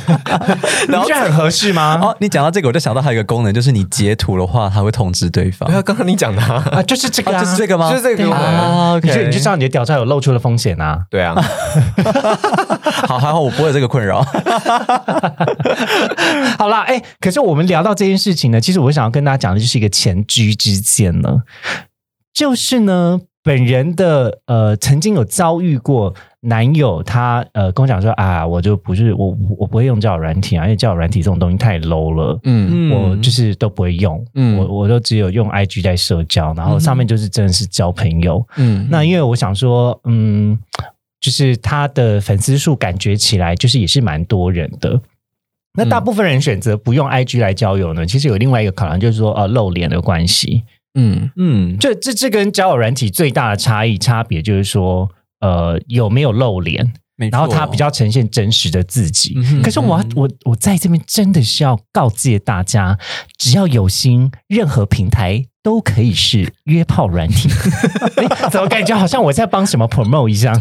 Speaker 1: 你不觉得很合适吗？
Speaker 2: 哦，你讲到这个，我就想到还有一个功能，就是你截图的话，它会通知对方
Speaker 3: 没。有刚刚你讲的啊，
Speaker 1: 啊，就是这个
Speaker 2: 哦，
Speaker 1: 啊，
Speaker 2: 就是这个吗？
Speaker 3: 就是这个
Speaker 1: 对
Speaker 2: 啊
Speaker 1: 你就
Speaker 2: ，OK，
Speaker 1: 你就知道你的屌照有露出了风险啊。
Speaker 3: 对啊，
Speaker 2: 好，还好我不会有这个困扰。
Speaker 1: 好啦，哎、可是我们聊到这件事情呢，其实我想要跟大家讲的就是一个前居之鉴呢，就是呢，本人的呃曾经有遭遇过男友他呃跟我讲说啊，我就不是我我不会用交友软体啊，因为交友软体这种东西太 low 了。
Speaker 3: 嗯
Speaker 2: 嗯
Speaker 1: 我就是都不会用，
Speaker 3: 嗯
Speaker 1: 我我都只有用 IG 在社交，然后上面就是真的是交朋友，
Speaker 3: 嗯
Speaker 1: 那因为我想说，嗯，就是他的粉丝数感觉起来就是也是蛮多人的。那大部分人选择不用 IG 来交友呢，其实有另外一个考量，就是说呃露脸的关系。
Speaker 3: 嗯
Speaker 2: 嗯，
Speaker 1: 这这这跟交友软体最大的差异差别就是说，呃有没有露脸，
Speaker 2: 没错
Speaker 1: 然后他比较呈现真实的自己。
Speaker 2: 嗯哼
Speaker 1: 可是我要我我在这边真的是要告诫大家，只要有心，任何平台都可以是约炮软 体。诶怎么感觉好像我在帮什么 promote 一样？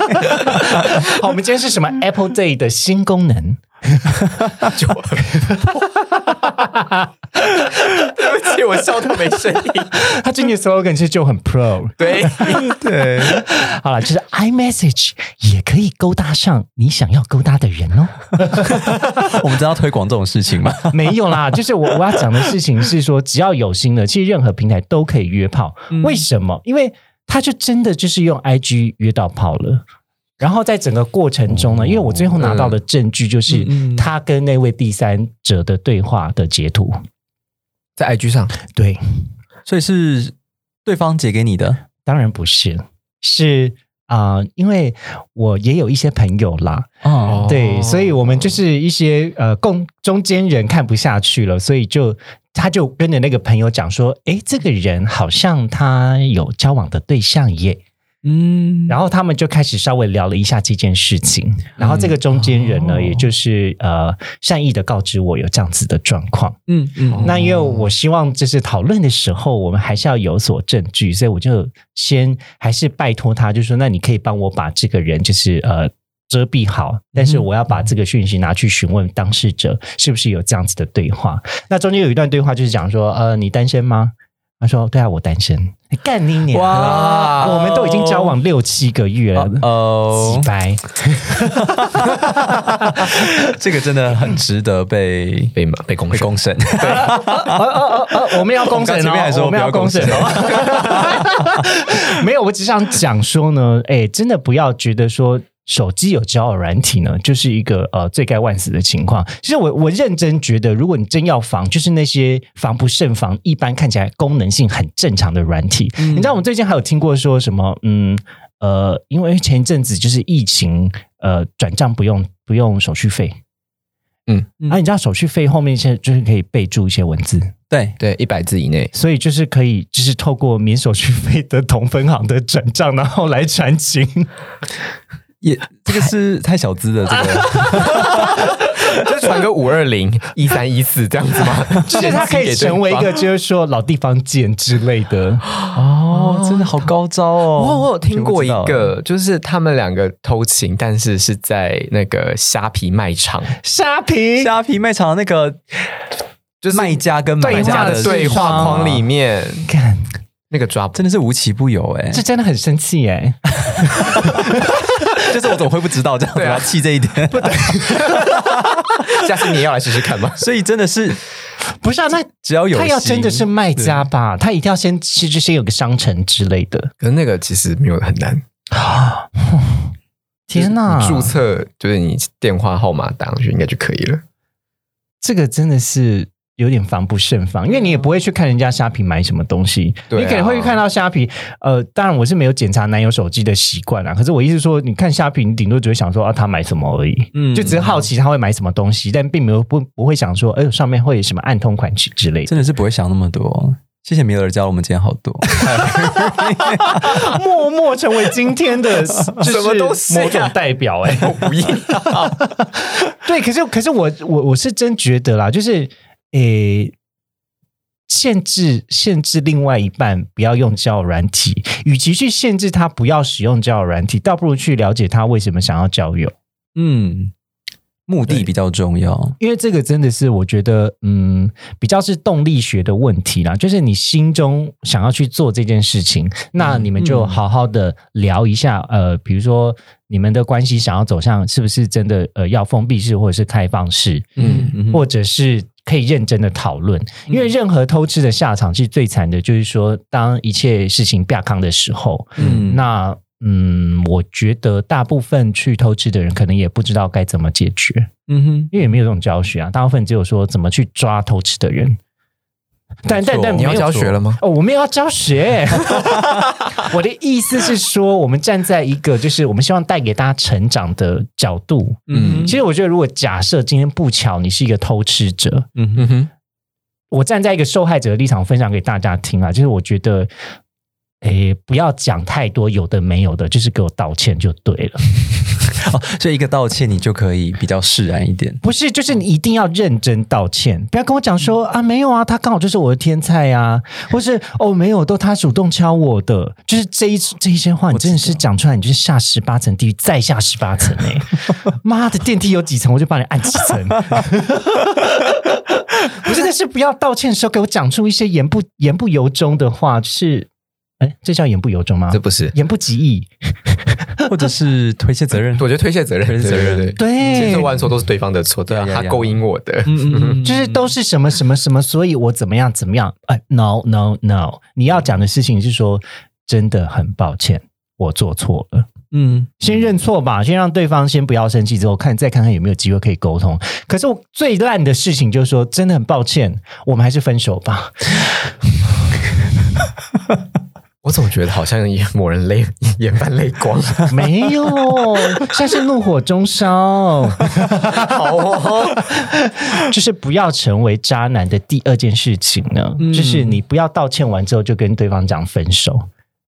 Speaker 1: 好，我们今天是什么 Apple Day 的新功能？
Speaker 3: 就对不起，我笑到没声音。
Speaker 1: 它今年 slogan 其实就很 pro。
Speaker 3: 对，
Speaker 1: 啊
Speaker 2: 对，
Speaker 1: 好了，就是 iMessage 也可以勾搭上你想要勾搭的人哦。
Speaker 2: 我们知道推广这种事情吗？
Speaker 1: 没有啦，就是我我要讲的事情是说，只要有心的，其实任何平台都可以约炮。
Speaker 2: 嗯
Speaker 1: 为什么？因为他就真的就是用 IG 约到炮了。然后在整个过程中呢，因为我最后拿到的证据就是
Speaker 2: 哦嗯嗯
Speaker 1: 他跟那位第三者的对话的截图。
Speaker 3: 在 IG 上，
Speaker 1: 对，
Speaker 2: 所以是对方截给你的，
Speaker 1: 当然不是，是啊、呃因为我也有一些朋友啦，
Speaker 2: 哦
Speaker 1: 对，所以我们就是一些呃共中间人看不下去了，所以就他就跟着那个朋友讲说，诶，这个人好像他有交往的对象耶。
Speaker 2: 嗯
Speaker 1: 然后他们就开始稍微聊了一下这件事情，然后这个中间人呢，
Speaker 2: 哦
Speaker 1: 也就是呃善意的告知我有这样子的状况。
Speaker 2: 嗯嗯，
Speaker 1: 那因为我希望就是讨论的时候，我们还是要有所证据，所以我就先还是拜托他，就说那你可以帮我把这个人就是呃遮蔽
Speaker 2: 嗯
Speaker 1: 好，但是我要把这个讯息拿去询问当事者是不是有这样子的对话。那中间有一段对话就是讲说，呃，你单身吗？他说：“对啊，我单身。”干你娘！
Speaker 2: 哇
Speaker 1: 我们都已经交往六七个月了，
Speaker 2: 哦
Speaker 1: 几，白。
Speaker 2: 呃 这个真的很值得被
Speaker 3: 被骂被攻
Speaker 2: 被公审。
Speaker 1: 哦哦哦，我们要公审
Speaker 2: 我们刚前面还
Speaker 1: 哦，
Speaker 2: 说
Speaker 1: 我们
Speaker 2: 不要
Speaker 1: 公审 哦。没有，我只想讲说呢，哎，真的不要觉得说。手机有交友软体呢，就是一个呃罪该万死的情况。其实我我认真觉得，如果你真要防，就是那些防不胜防，一般看起来功能性很正常的软体。
Speaker 2: 嗯
Speaker 1: 你知道我们最近还有听过说什么？嗯呃，因为前一阵子就是疫情，呃，转账不用不用手续费。
Speaker 3: 嗯
Speaker 2: 嗯
Speaker 1: 啊，你知道手续费后面现在就是可以备注一些文字。
Speaker 2: 对，
Speaker 3: 对，一百字以内。
Speaker 1: 所以就是可以，就是透过免手续费的同分行的转账，然后来传情。
Speaker 2: 也这个是太小资的这个，
Speaker 3: 就传个五 二零一三一四这样子吗？
Speaker 1: 就是它可以成为一个，就是说老地方见之类的。
Speaker 2: 哦，真的好高招哦！
Speaker 3: 我我有听过一
Speaker 2: 全部知道了，
Speaker 3: 个，就是他们两个偷情，但是是在那个虾皮卖场，
Speaker 1: 沙皮，
Speaker 2: 虾皮卖场的那个
Speaker 3: 就是
Speaker 2: 卖家跟买
Speaker 3: 对
Speaker 2: 家
Speaker 3: 话
Speaker 2: 的啊
Speaker 3: 对
Speaker 2: 市
Speaker 3: 话
Speaker 2: 场
Speaker 3: 框里面
Speaker 1: 看
Speaker 3: 那 个抓不。
Speaker 2: 真的是无奇不有哎、
Speaker 1: 这真的很生气哎、
Speaker 2: 就是我怎么会不知道这样子？
Speaker 3: 对啊
Speaker 2: 我要气这一 点，
Speaker 3: 下次你也要来试试看吗？
Speaker 2: 所以真的是
Speaker 1: 不是啊，那
Speaker 2: 只要有
Speaker 1: 他要
Speaker 2: 心
Speaker 1: 真的是卖家吧？他一定要先其实先有个商城之类的。
Speaker 3: 可是那个其实没有很难，
Speaker 1: 啊天哪，
Speaker 3: 你注册就是你电话号码打上去应该就可以了。
Speaker 1: 这个真的是有点防不胜防，因为你也不会去看人家虾皮买什么东西，
Speaker 3: 对啊
Speaker 1: 你可能会去看到虾皮。呃，当然我是没有检查男友手机的习惯啊，可是我意思说，你看虾皮，你顶多只会想说啊，他买什么而已。
Speaker 2: 嗯
Speaker 1: 就只是好奇他会买什么东西，但并没有不不会想说，哎呦，上面会有什么暗通款曲之类的。
Speaker 2: 真的是不会想那么多。谢谢米尔教了我们今天好多，
Speaker 1: 默默成为今天的什
Speaker 3: 么东西啊
Speaker 1: 某种代表哎、
Speaker 3: 我不要，
Speaker 1: 对，可是可是我我我是真觉得啦，就是诶、限制限制另外一半不要用交友软体，与其去限制他不要使用交友软体，倒不如去了解他为什么想要交友，
Speaker 2: 嗯，目的比较重要，
Speaker 1: 因为这个真的是我觉得嗯比较是动力学的问题啦，就是你心中想要去做这件事情，那
Speaker 2: 嗯
Speaker 1: 你们就好好的聊一下，呃，比如说你们的关系想要走向是不是真的呃要封闭式或者是开放式，
Speaker 3: 嗯，
Speaker 2: 嗯
Speaker 1: 或者是可以认真的讨论，因为任何偷吃的下场是最惨的，就是说当一切事情变康的时候，
Speaker 2: 嗯
Speaker 1: 那嗯，我觉得大部分去偷吃的人可能也不知道该怎么解决，
Speaker 2: 嗯哼，
Speaker 1: 因为也没有这种教学啊，大部分只有说怎么去抓偷吃的人。但但但
Speaker 2: 你
Speaker 3: 要
Speaker 1: 没有
Speaker 3: 教学了吗
Speaker 1: 哦，我没有要教 学。我的意思是说，我们站在一个就是我们希望带给大家成长的角度。
Speaker 2: 嗯
Speaker 1: 其实我觉得，如果假设今天不巧你是一个偷吃者，
Speaker 2: 嗯
Speaker 3: 嗯
Speaker 2: 哼，
Speaker 3: 哼，
Speaker 1: 我站在一个受害者的立场分享给大家听啊，就是我觉得，诶、不要讲太多有的没有的，就是给我道歉就对了。
Speaker 2: 哦，所以一个道歉你就可以比较释然一 点，
Speaker 1: 不是，就是你一定要认真道歉，不要跟我讲说啊，没有啊，他刚好就是我的天菜啊，或是哦，没有，都他主动敲我的，就是这一这一些话，你真的是讲出来，你就是下十八层地狱，再下十八层哎、妈的，电梯有几层，我就把你按几层。不是，但是不要道歉的时候给我讲出一些言不言不由衷的话，就是，哎，这叫言不由衷吗
Speaker 3: 这？不是，
Speaker 1: 言不及义，
Speaker 2: 或者是推卸责任，
Speaker 3: 我觉得推卸责任，
Speaker 2: 推卸责任
Speaker 3: 对对对千
Speaker 1: 对
Speaker 3: 错，万错都是对方的错，对啊，
Speaker 2: 呀呀
Speaker 3: 他勾引我的，
Speaker 2: 嗯嗯嗯，
Speaker 1: 就是都是什么什么什么，所以我怎么样怎么样？哎，no no no，你要讲的事情是说，真的很抱歉，我做错了。
Speaker 2: 嗯
Speaker 1: 先认错吧，先让对方先不要生气，之后看再看看有没有机会可以沟通。可是我最烂的事情就是说，真的很抱歉，我们还是分手吧。
Speaker 3: 我总觉得好像 也某人泪眼泛泪光，啊
Speaker 1: 没有，像是怒火中烧，
Speaker 3: 好哦，
Speaker 1: 就是不要成为渣男的第二件事情呢，
Speaker 2: 嗯
Speaker 1: 就是你不要道歉完之后就跟对方讲分手。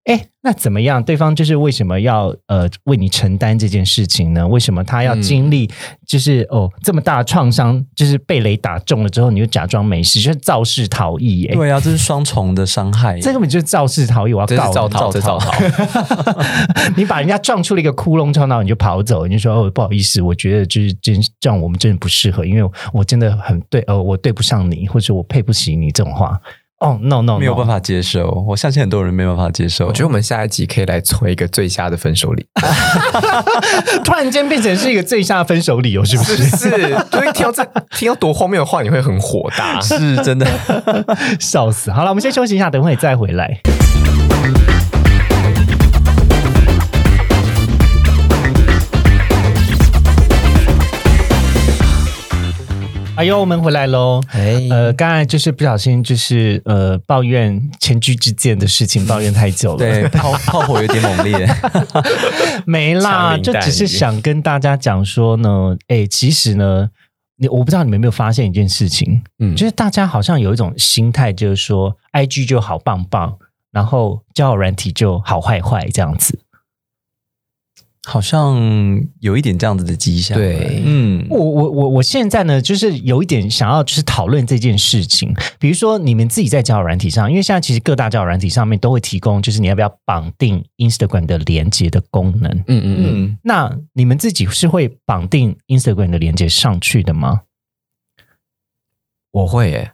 Speaker 1: 哎，那怎么样？对方就是为什么要呃为你承担这件事情呢？为什么他要经历
Speaker 3: 嗯
Speaker 1: 就是、哦这么大的创伤，就是被雷打中了之后，你就假装没事，就是肇事逃逸耶、
Speaker 2: 对啊，这是双重的伤害，
Speaker 1: 这根本就是肇事逃逸，我要
Speaker 3: 这
Speaker 1: 告
Speaker 3: 是
Speaker 1: 你
Speaker 3: 造逃，这是造逃，
Speaker 1: 你把人家撞出了一个窟窿，撞到你就跑走，你就说哦不好意思，我觉得就是真这样，我们真的不适合，因为我真的很对，呃，我对不上你，或者我配不起你这种话。哦、no no，, no
Speaker 2: 没有办法接受，我相信很多人没有办法接受，
Speaker 3: 我觉得我们下一集可以来做一个最瞎的分手礼，
Speaker 1: 突然间变成是一个最下的分手理由，是不
Speaker 3: 是
Speaker 1: 是？
Speaker 3: 不是？就是听到这听到多荒谬的话，你会很火大。
Speaker 2: 是真的。
Speaker 1: 笑死！好了，我们先休息一下，等会再回来。哎呦，我们回来喽！
Speaker 3: 哎
Speaker 1: 呃，刚才就是不小心，就是呃，抱怨前居之鉴的事情，抱怨太久了。
Speaker 2: 对，炮炮火有点猛烈，
Speaker 1: 没啦，
Speaker 3: 长林
Speaker 1: 就
Speaker 3: 蛋
Speaker 1: 只是想跟大家讲说呢，哎、其实呢，你我不知道你们有没有发现一件事情，
Speaker 3: 嗯
Speaker 1: 就是大家好像有一种心态，就是说 I G 就好棒棒，然后交友软体就好坏坏这样子。
Speaker 2: 好像有一点这样子的迹象。
Speaker 3: 对
Speaker 2: 嗯，
Speaker 1: 我我我我现在呢，就是有一点想要就是讨论这件事情，比如说你们自己在交友软体上，因为现在其实各大交友软体上面都会提供，就是你要不要绑定 Instagram 的连接的功能。
Speaker 3: 嗯嗯嗯，
Speaker 2: 嗯，
Speaker 1: 那你们自己是会绑定 Instagram 的连接上去的吗？
Speaker 3: 我会耶，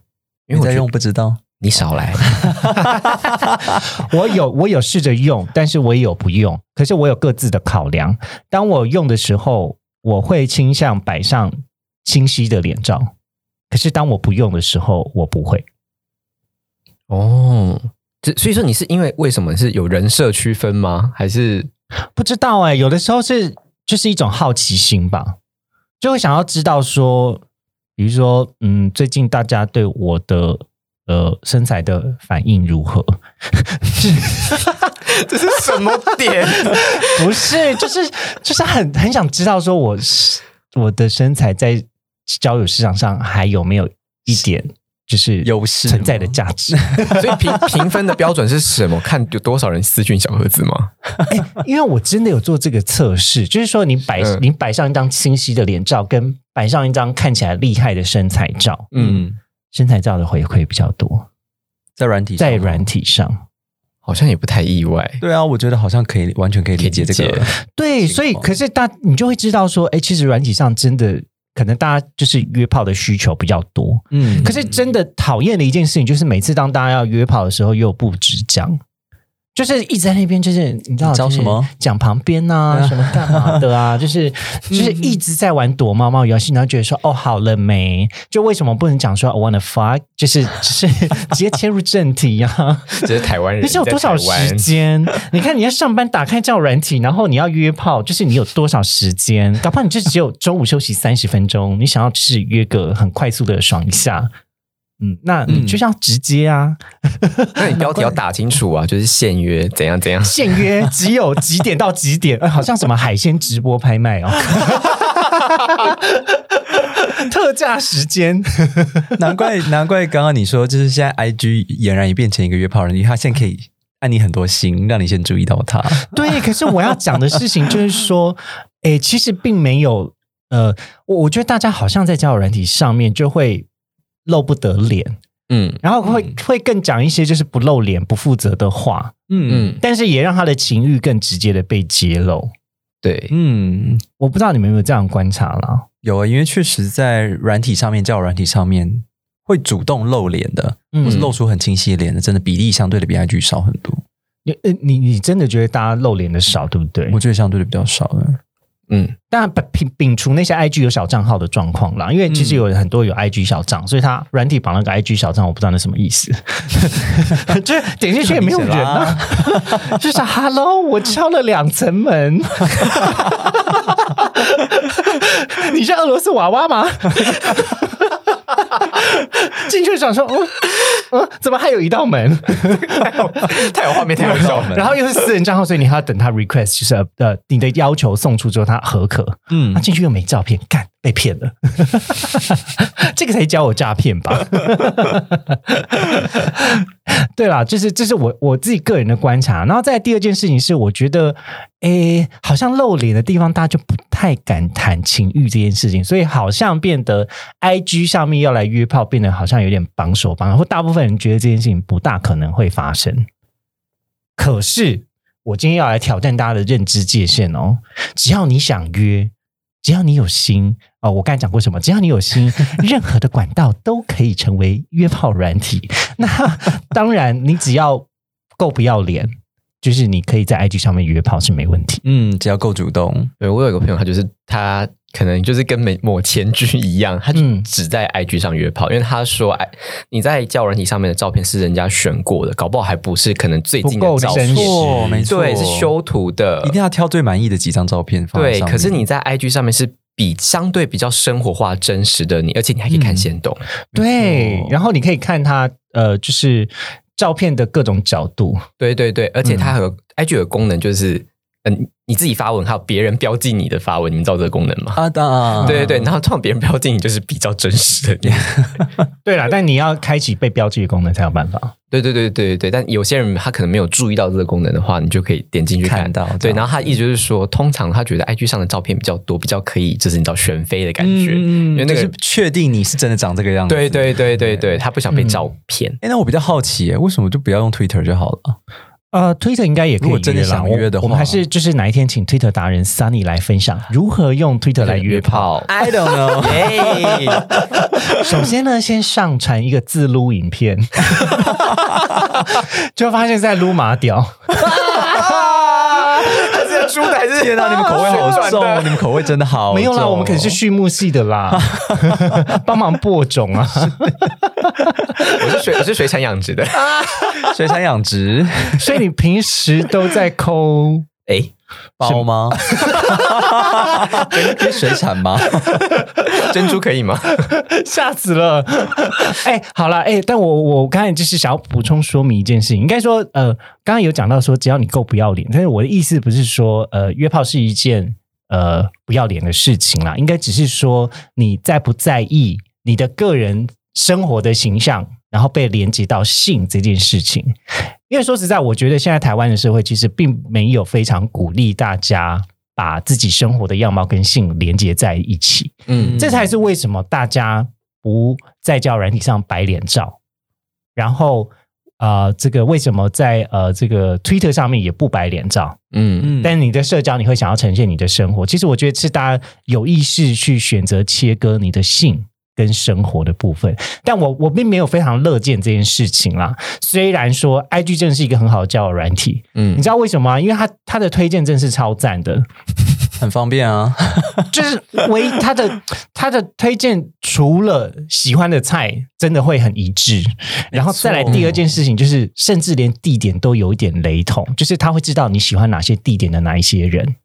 Speaker 2: 你
Speaker 3: 因为我
Speaker 2: 在
Speaker 3: 觉得
Speaker 2: 用不知道，
Speaker 3: 你少来，
Speaker 1: 我有我有试着用，但是我也有不用，可是我有各自的考量。当我用的时候，我会倾向摆上清晰的脸照，可是当我不用的时候，我不会。
Speaker 3: 哦，这所以说你是因为为什么是有人设区分吗？还是
Speaker 1: 不知道哎、有的时候是就是一种好奇心吧，就会想要知道说，比如说，嗯，最近大家对我的呃身材的反应如何？
Speaker 3: 这是什么点？
Speaker 1: 不是，就是 就是很很想知道说我是我的身材在交友市场上还有没有一点就是
Speaker 2: 优势吗
Speaker 1: 存在的价值？
Speaker 3: 所以评评分的标准是什么？看有多少人私讯小盒子吗？
Speaker 1: 因为我真的有做这个测试，就是说你摆、
Speaker 3: 嗯
Speaker 1: 你摆上一张清晰的脸照，跟摆上一张看起来厉害的身材照，
Speaker 2: 嗯，
Speaker 1: 身材照的回馈比较多，
Speaker 2: 在软体上
Speaker 1: 在软体上。
Speaker 3: 好像也不太意外。
Speaker 2: 对啊，我觉得好像可以完全可以理解这
Speaker 3: 可以理
Speaker 2: 个
Speaker 3: 解，
Speaker 1: 对，
Speaker 2: 情
Speaker 1: 所以
Speaker 2: 况
Speaker 1: 可是大你就会知道说，哎，其实软体上真的可能大家就是约炮的需求比较多，
Speaker 2: 嗯
Speaker 1: 可是真的讨厌的一件事情，就是每次当大家要约炮的时候，又不直讲，就是一直在那边，就是你知道
Speaker 2: 你讲什么嗯
Speaker 1: 就是讲旁边啊，什么干嘛的 啊，就是就是一直在玩躲猫猫游戏，然后觉得说哦好了没？就为什么不能讲说 I wanna fuck？就是 就是直接切入正题啊！
Speaker 3: 这是台 湾人，
Speaker 1: 你是有多少时 间？你看你要上班打开叫软体，然后你要约炮，就是你有多少时间？搞不好你就只有中午休息三十分钟，你想要就是约个很快速的爽一下，嗯，那你就是要直接啊，
Speaker 3: 那你标题要打清楚啊，就是限约怎样怎样。
Speaker 1: 现约只有几点到几点， 呃好像什么海鲜直播拍卖哦。 特价时间，
Speaker 2: 难怪 难怪刚刚你说，就是现在 I G 俨然也变成一个约炮人，因为他现在可以按你很多心，让你先注意到他。
Speaker 1: 对。可是我要讲的事情就是说， 诶、其实并没有，呃，我我觉得大家好像在交友软体上面就会露不得脸，
Speaker 3: 嗯
Speaker 1: 然后会、会更讲一些就是不露脸、不负责的话，
Speaker 2: 嗯
Speaker 3: 嗯，
Speaker 1: 但是也让他的情欲更直接的被揭露。
Speaker 3: 对，
Speaker 2: 嗯，
Speaker 1: 我不知道你们有没有这样观察啦？
Speaker 2: 有啊，因为确实在软体上面，交友软体上面会主动露脸的，
Speaker 1: 嗯
Speaker 2: 或是露出很清晰的脸的，真的比例相对的比 I G 少很多。
Speaker 1: 你呃你你真的觉得大家露脸的少，对不对
Speaker 2: 我？觉得相对的比较少了。
Speaker 3: 嗯
Speaker 1: 当然，摒摒除那些 IG 有小账号的状况啦，因为其实有很多有 IG 小账，所以他软体绑了个 IG 小账，我不知道那什么意思。 就是点进去也没有人啊， 就是 Hello，我敲了两层门， 你是俄罗斯娃娃吗？ 进去想说，嗯嗯，怎么还有一道门？
Speaker 3: 太有画面，太有笑了。
Speaker 1: 然后又是私人账号，所以你还要等他 request，就是呃你的要求送出之后，他合可。
Speaker 2: 嗯
Speaker 1: 他，进去又没照片，干被骗了， 这个才叫我诈骗吧？ 对啦，就是这是我我自己个人的观察。然后再来第二件事情是，我觉得，诶，好像露脸的地方，大家就不太敢谈情欲这件事情，所以好像变得 I G 上面要来约炮，变得好像有点绑手绑脚，或大部分人觉得这件事情不大可能会发生。可是我今天要来挑战大家的认知界限哦，只要你想约，只要你有心哦，我刚才讲过什么？只要你有 心，任何的管道都可以成为约炮软体。 那当然，你只要够不要脸，就是你可以在 IG 上面约炮是没问题。
Speaker 2: 嗯，只要够主动，
Speaker 3: 对我有一个朋友，他就是他可能就是跟某某前居一样，他就
Speaker 1: 嗯
Speaker 3: 只在 IG 上约炮，因为他说，哎，你在交友软体上面的照片是人家选过的，搞不好还不是可能最近
Speaker 1: 不
Speaker 3: 的
Speaker 1: 够
Speaker 3: 照
Speaker 1: 真
Speaker 3: 片
Speaker 1: 实，
Speaker 2: 错没错，
Speaker 3: 对，是修图的，
Speaker 2: 一定要挑最满意的几张照片放在
Speaker 3: 对。
Speaker 2: 上面
Speaker 3: 可是你在 IG 上面是比相对比较生活化、真实的你，而且你还可以
Speaker 2: 嗯
Speaker 3: 看先动，
Speaker 1: 对
Speaker 2: 没，错
Speaker 1: 然后你可以看它，呃，就是照片的各种角度。
Speaker 2: 嗯
Speaker 3: 对对对，而且它有、IG 有个功能就是。呃嗯，你自己发文，还有别人标记你的发文，你们知道这个功能吗？
Speaker 2: 啊，当然，
Speaker 3: 对对对，然后通常别人标记你就是比较真实的你。
Speaker 1: 对啦，但你要开启被标记的功能才有办法。
Speaker 3: 对对对对对，但有些人他可能没有注意到这个功能的话，你就可以点进去看
Speaker 2: 看到
Speaker 3: 对，
Speaker 2: 这样
Speaker 3: 然后他意思就是说，通常他觉得 IG 上的照片比较多，比较可以，就是你知道选妃的感觉，
Speaker 2: 嗯，
Speaker 3: 因为
Speaker 2: 嗯
Speaker 3: 那
Speaker 2: 就
Speaker 3: 个
Speaker 2: 是确定你是真的长这个样子。
Speaker 3: 对对对对对，他不想被照骗。
Speaker 2: 哎，那我比较好奇耶，为什么就不要用 Twitter 就好了？
Speaker 1: 呃，Twitter 应该也可以
Speaker 2: 如果真的
Speaker 1: 约啦
Speaker 2: 想
Speaker 1: 我
Speaker 2: 约的话
Speaker 1: 我们还是就是哪一天请 Twitter 达人 Sunny 来分享如何用 Twitter 来约炮。
Speaker 3: 炮，
Speaker 2: I don't know，
Speaker 3: 哎，
Speaker 1: 首先呢，先上传一个自撸影片， 就发现在撸马屌。
Speaker 3: 他是猪的还是
Speaker 2: 天哪，你们口味好重， 你们口味真的好重哦
Speaker 1: 没有啦，我们可是畜牧系的啦， 帮忙播种啊。
Speaker 3: 我是水，我是水产养殖的。
Speaker 2: 水产养 殖
Speaker 1: 所以你平时都在抠
Speaker 3: 哎，
Speaker 2: 包吗？跟 水产吗？
Speaker 3: 珍珠可以吗？
Speaker 1: 吓死了！哎、好了，哎、但我我刚才就是想要补充说明一件事情，应该说，呃，刚刚有讲到说，只要你够不要脸，但是我的意思不是说，呃，约炮是一件呃不要脸的事情啦，应该只是说你在不在意你的个人生活的形象，然后被连接到性这件事情。因为说实在，我觉得现在台湾的社会其实并没有非常鼓励大家把自己生活的样貌跟性连接在一起。
Speaker 3: 嗯，
Speaker 1: 这才是为什么大家不在交友软体上摆脸照，然后呃，这个为什么在呃这个 Twitter 上面也不摆脸照？
Speaker 3: 嗯，
Speaker 2: 嗯，
Speaker 1: 但你的社交你会想要呈现你的生活，其实我觉得是大家有意识去选择切割你的性。跟生活的部分，但我我并没有非常乐见这件事情啦。虽然说，IG 真的是一个很好的交友软体，
Speaker 3: 嗯
Speaker 1: 嗯，你知道为什么吗？因为它它的推荐真是超赞的，
Speaker 2: 很方便啊。
Speaker 1: 就是唯一他的 他的推荐，除了喜欢的菜，真的会很一致。然后再来第二件事情，就是甚至连地点都有一点雷同，就是他会知道你喜欢哪些地点的哪一些人。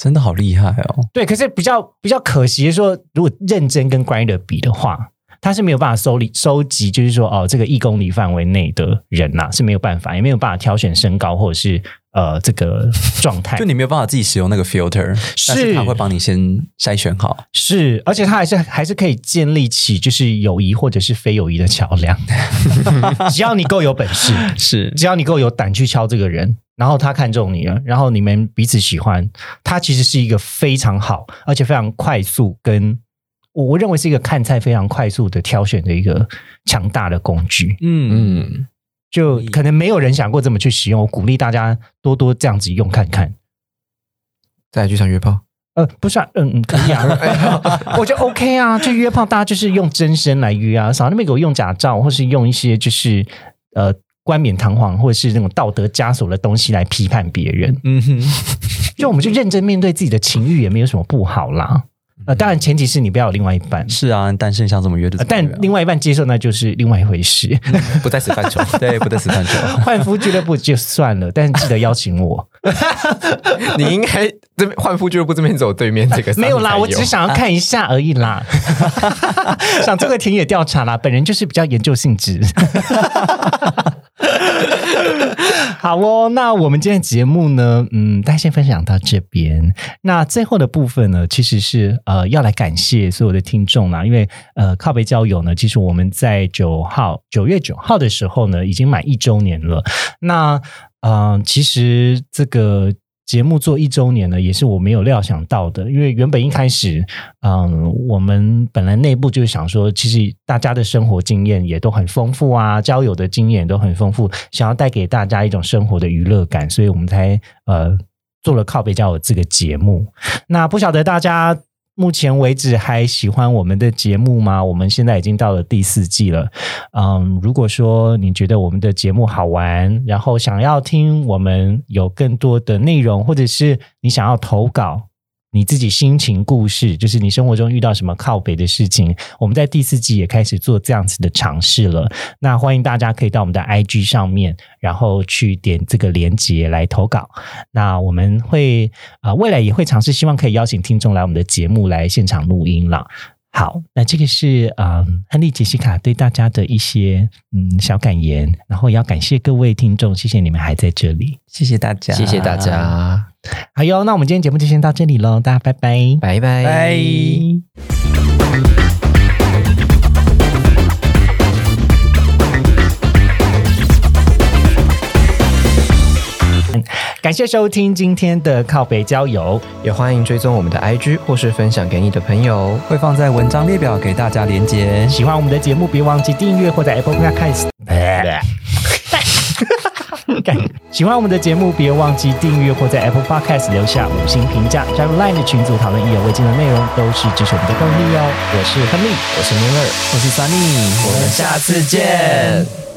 Speaker 2: 真的好厉害哦！
Speaker 1: 对，可是比较比较可惜的说，如果认真跟 Grinder 比的话。他是没有办法收理收集，就是说哦，这个一公里范围内的人呐、是没有办法，也没有办法挑选身高或者是呃这个状态
Speaker 2: 就。你没有办法自己使用那个 filter，
Speaker 1: 是
Speaker 2: 但是他会帮你先筛选好。
Speaker 1: 是，而且它还是还是可以建立起就是友谊或者是非友谊的桥梁，只要你够有本事，
Speaker 2: 是
Speaker 1: 只要你够有胆去敲这个人，然后他看中你了，然后你们彼此喜欢，它其实是一个非常好，而且非常快速跟。我我认为是一个看菜非常快速的挑选的一个强大的工具，
Speaker 2: 嗯嗯，
Speaker 3: 嗯，
Speaker 1: 就可能没有人想过这么去使用。我鼓励大家多多这样子用看看。
Speaker 3: 在 IG 上约炮，
Speaker 1: 呃，不是、啊，嗯嗯，可以 啊，我觉得 OK 啊，就约炮，大家就是用真身来约啊，少那边给我用假照，或是用一些就是呃冠冕堂皇或者是那种道德枷锁的东西来批判别人，
Speaker 2: 嗯哼，
Speaker 1: 就我们就认真面对自己的情欲也没有什么不好啦。呃，当然前提是你不要有另外一半，
Speaker 2: 嗯是啊，单身想怎么约就
Speaker 1: 呃
Speaker 2: 怎么约啊、
Speaker 1: 但另外一半接受那就是另外一回事。
Speaker 3: 不在此范畴。
Speaker 2: 对不得死范畴，
Speaker 1: 换夫俱乐部就算了，但是记得邀请我。
Speaker 3: 你应该这边换夫俱乐部这边走对面这个
Speaker 1: 没有啦，
Speaker 3: Sunny 才
Speaker 1: 我只是想要看一下而已 啦，想做个田野调查啦。本人就是比较研究性 质。好哦，那我们今天的节目呢，嗯，大家先分享到这边。那最后的部分呢，其实是呃要来感谢所有的听众啦，因为呃靠北交友呢，其实我们在九号九月九号的时候呢，已经满一周年了。那嗯、呃其实这个。节目做一周年呢，也是我没有料想到的，因为原本一开始，嗯，我们本来内部就是想说，其实大家的生活经验也都很丰富啊，交友的经验也都很丰富，想要带给大家一种生活的娱乐感，所以我们才呃做了靠北交友这个节目。那不晓得大家目前为止还喜欢我们的节目吗？我们现在已经到了第四季了。嗯，如果说你觉得我们的节目好玩，然后想要听我们有更多的内容，或者是你想要投稿。你自己心情故事，就是你生活中遇到什么靠北的事情，我们在第四季也开始做这样子的尝试了。那欢迎大家可以到我们的 IG 上面，然后去点这个连接来投稿。那我们会啊、呃未来也会尝试，希望可以邀请听众来我们的节目来现场录音啦。好，那这个是嗯，亨利、杰西卡对大家的一些嗯小感言，然后也要感谢各位听众，谢谢你们还在这里。
Speaker 2: 谢谢大家，
Speaker 3: 谢谢大。家。
Speaker 1: 好哟，那我们今天节目就先到这里喽，大家拜拜，
Speaker 3: 拜拜
Speaker 2: 拜。
Speaker 1: 感谢收听今天的靠北郊游，
Speaker 3: 也欢迎追踪我们的 IG 或是分享给你的朋友。
Speaker 2: 会放在文章列表给大家连接。
Speaker 1: 喜欢我们的节目，别忘记订阅或在 Apple Podcast。干喜欢我们的节目，别忘记订阅或在 Apple Podcast 留下五星评价，加入 LINE 的群组讨论意犹未尽的内容，都是支持我们的动力哦。我是亨利，我是 Miller，
Speaker 2: 我是 Sunny，我
Speaker 1: 我
Speaker 2: 们下次见。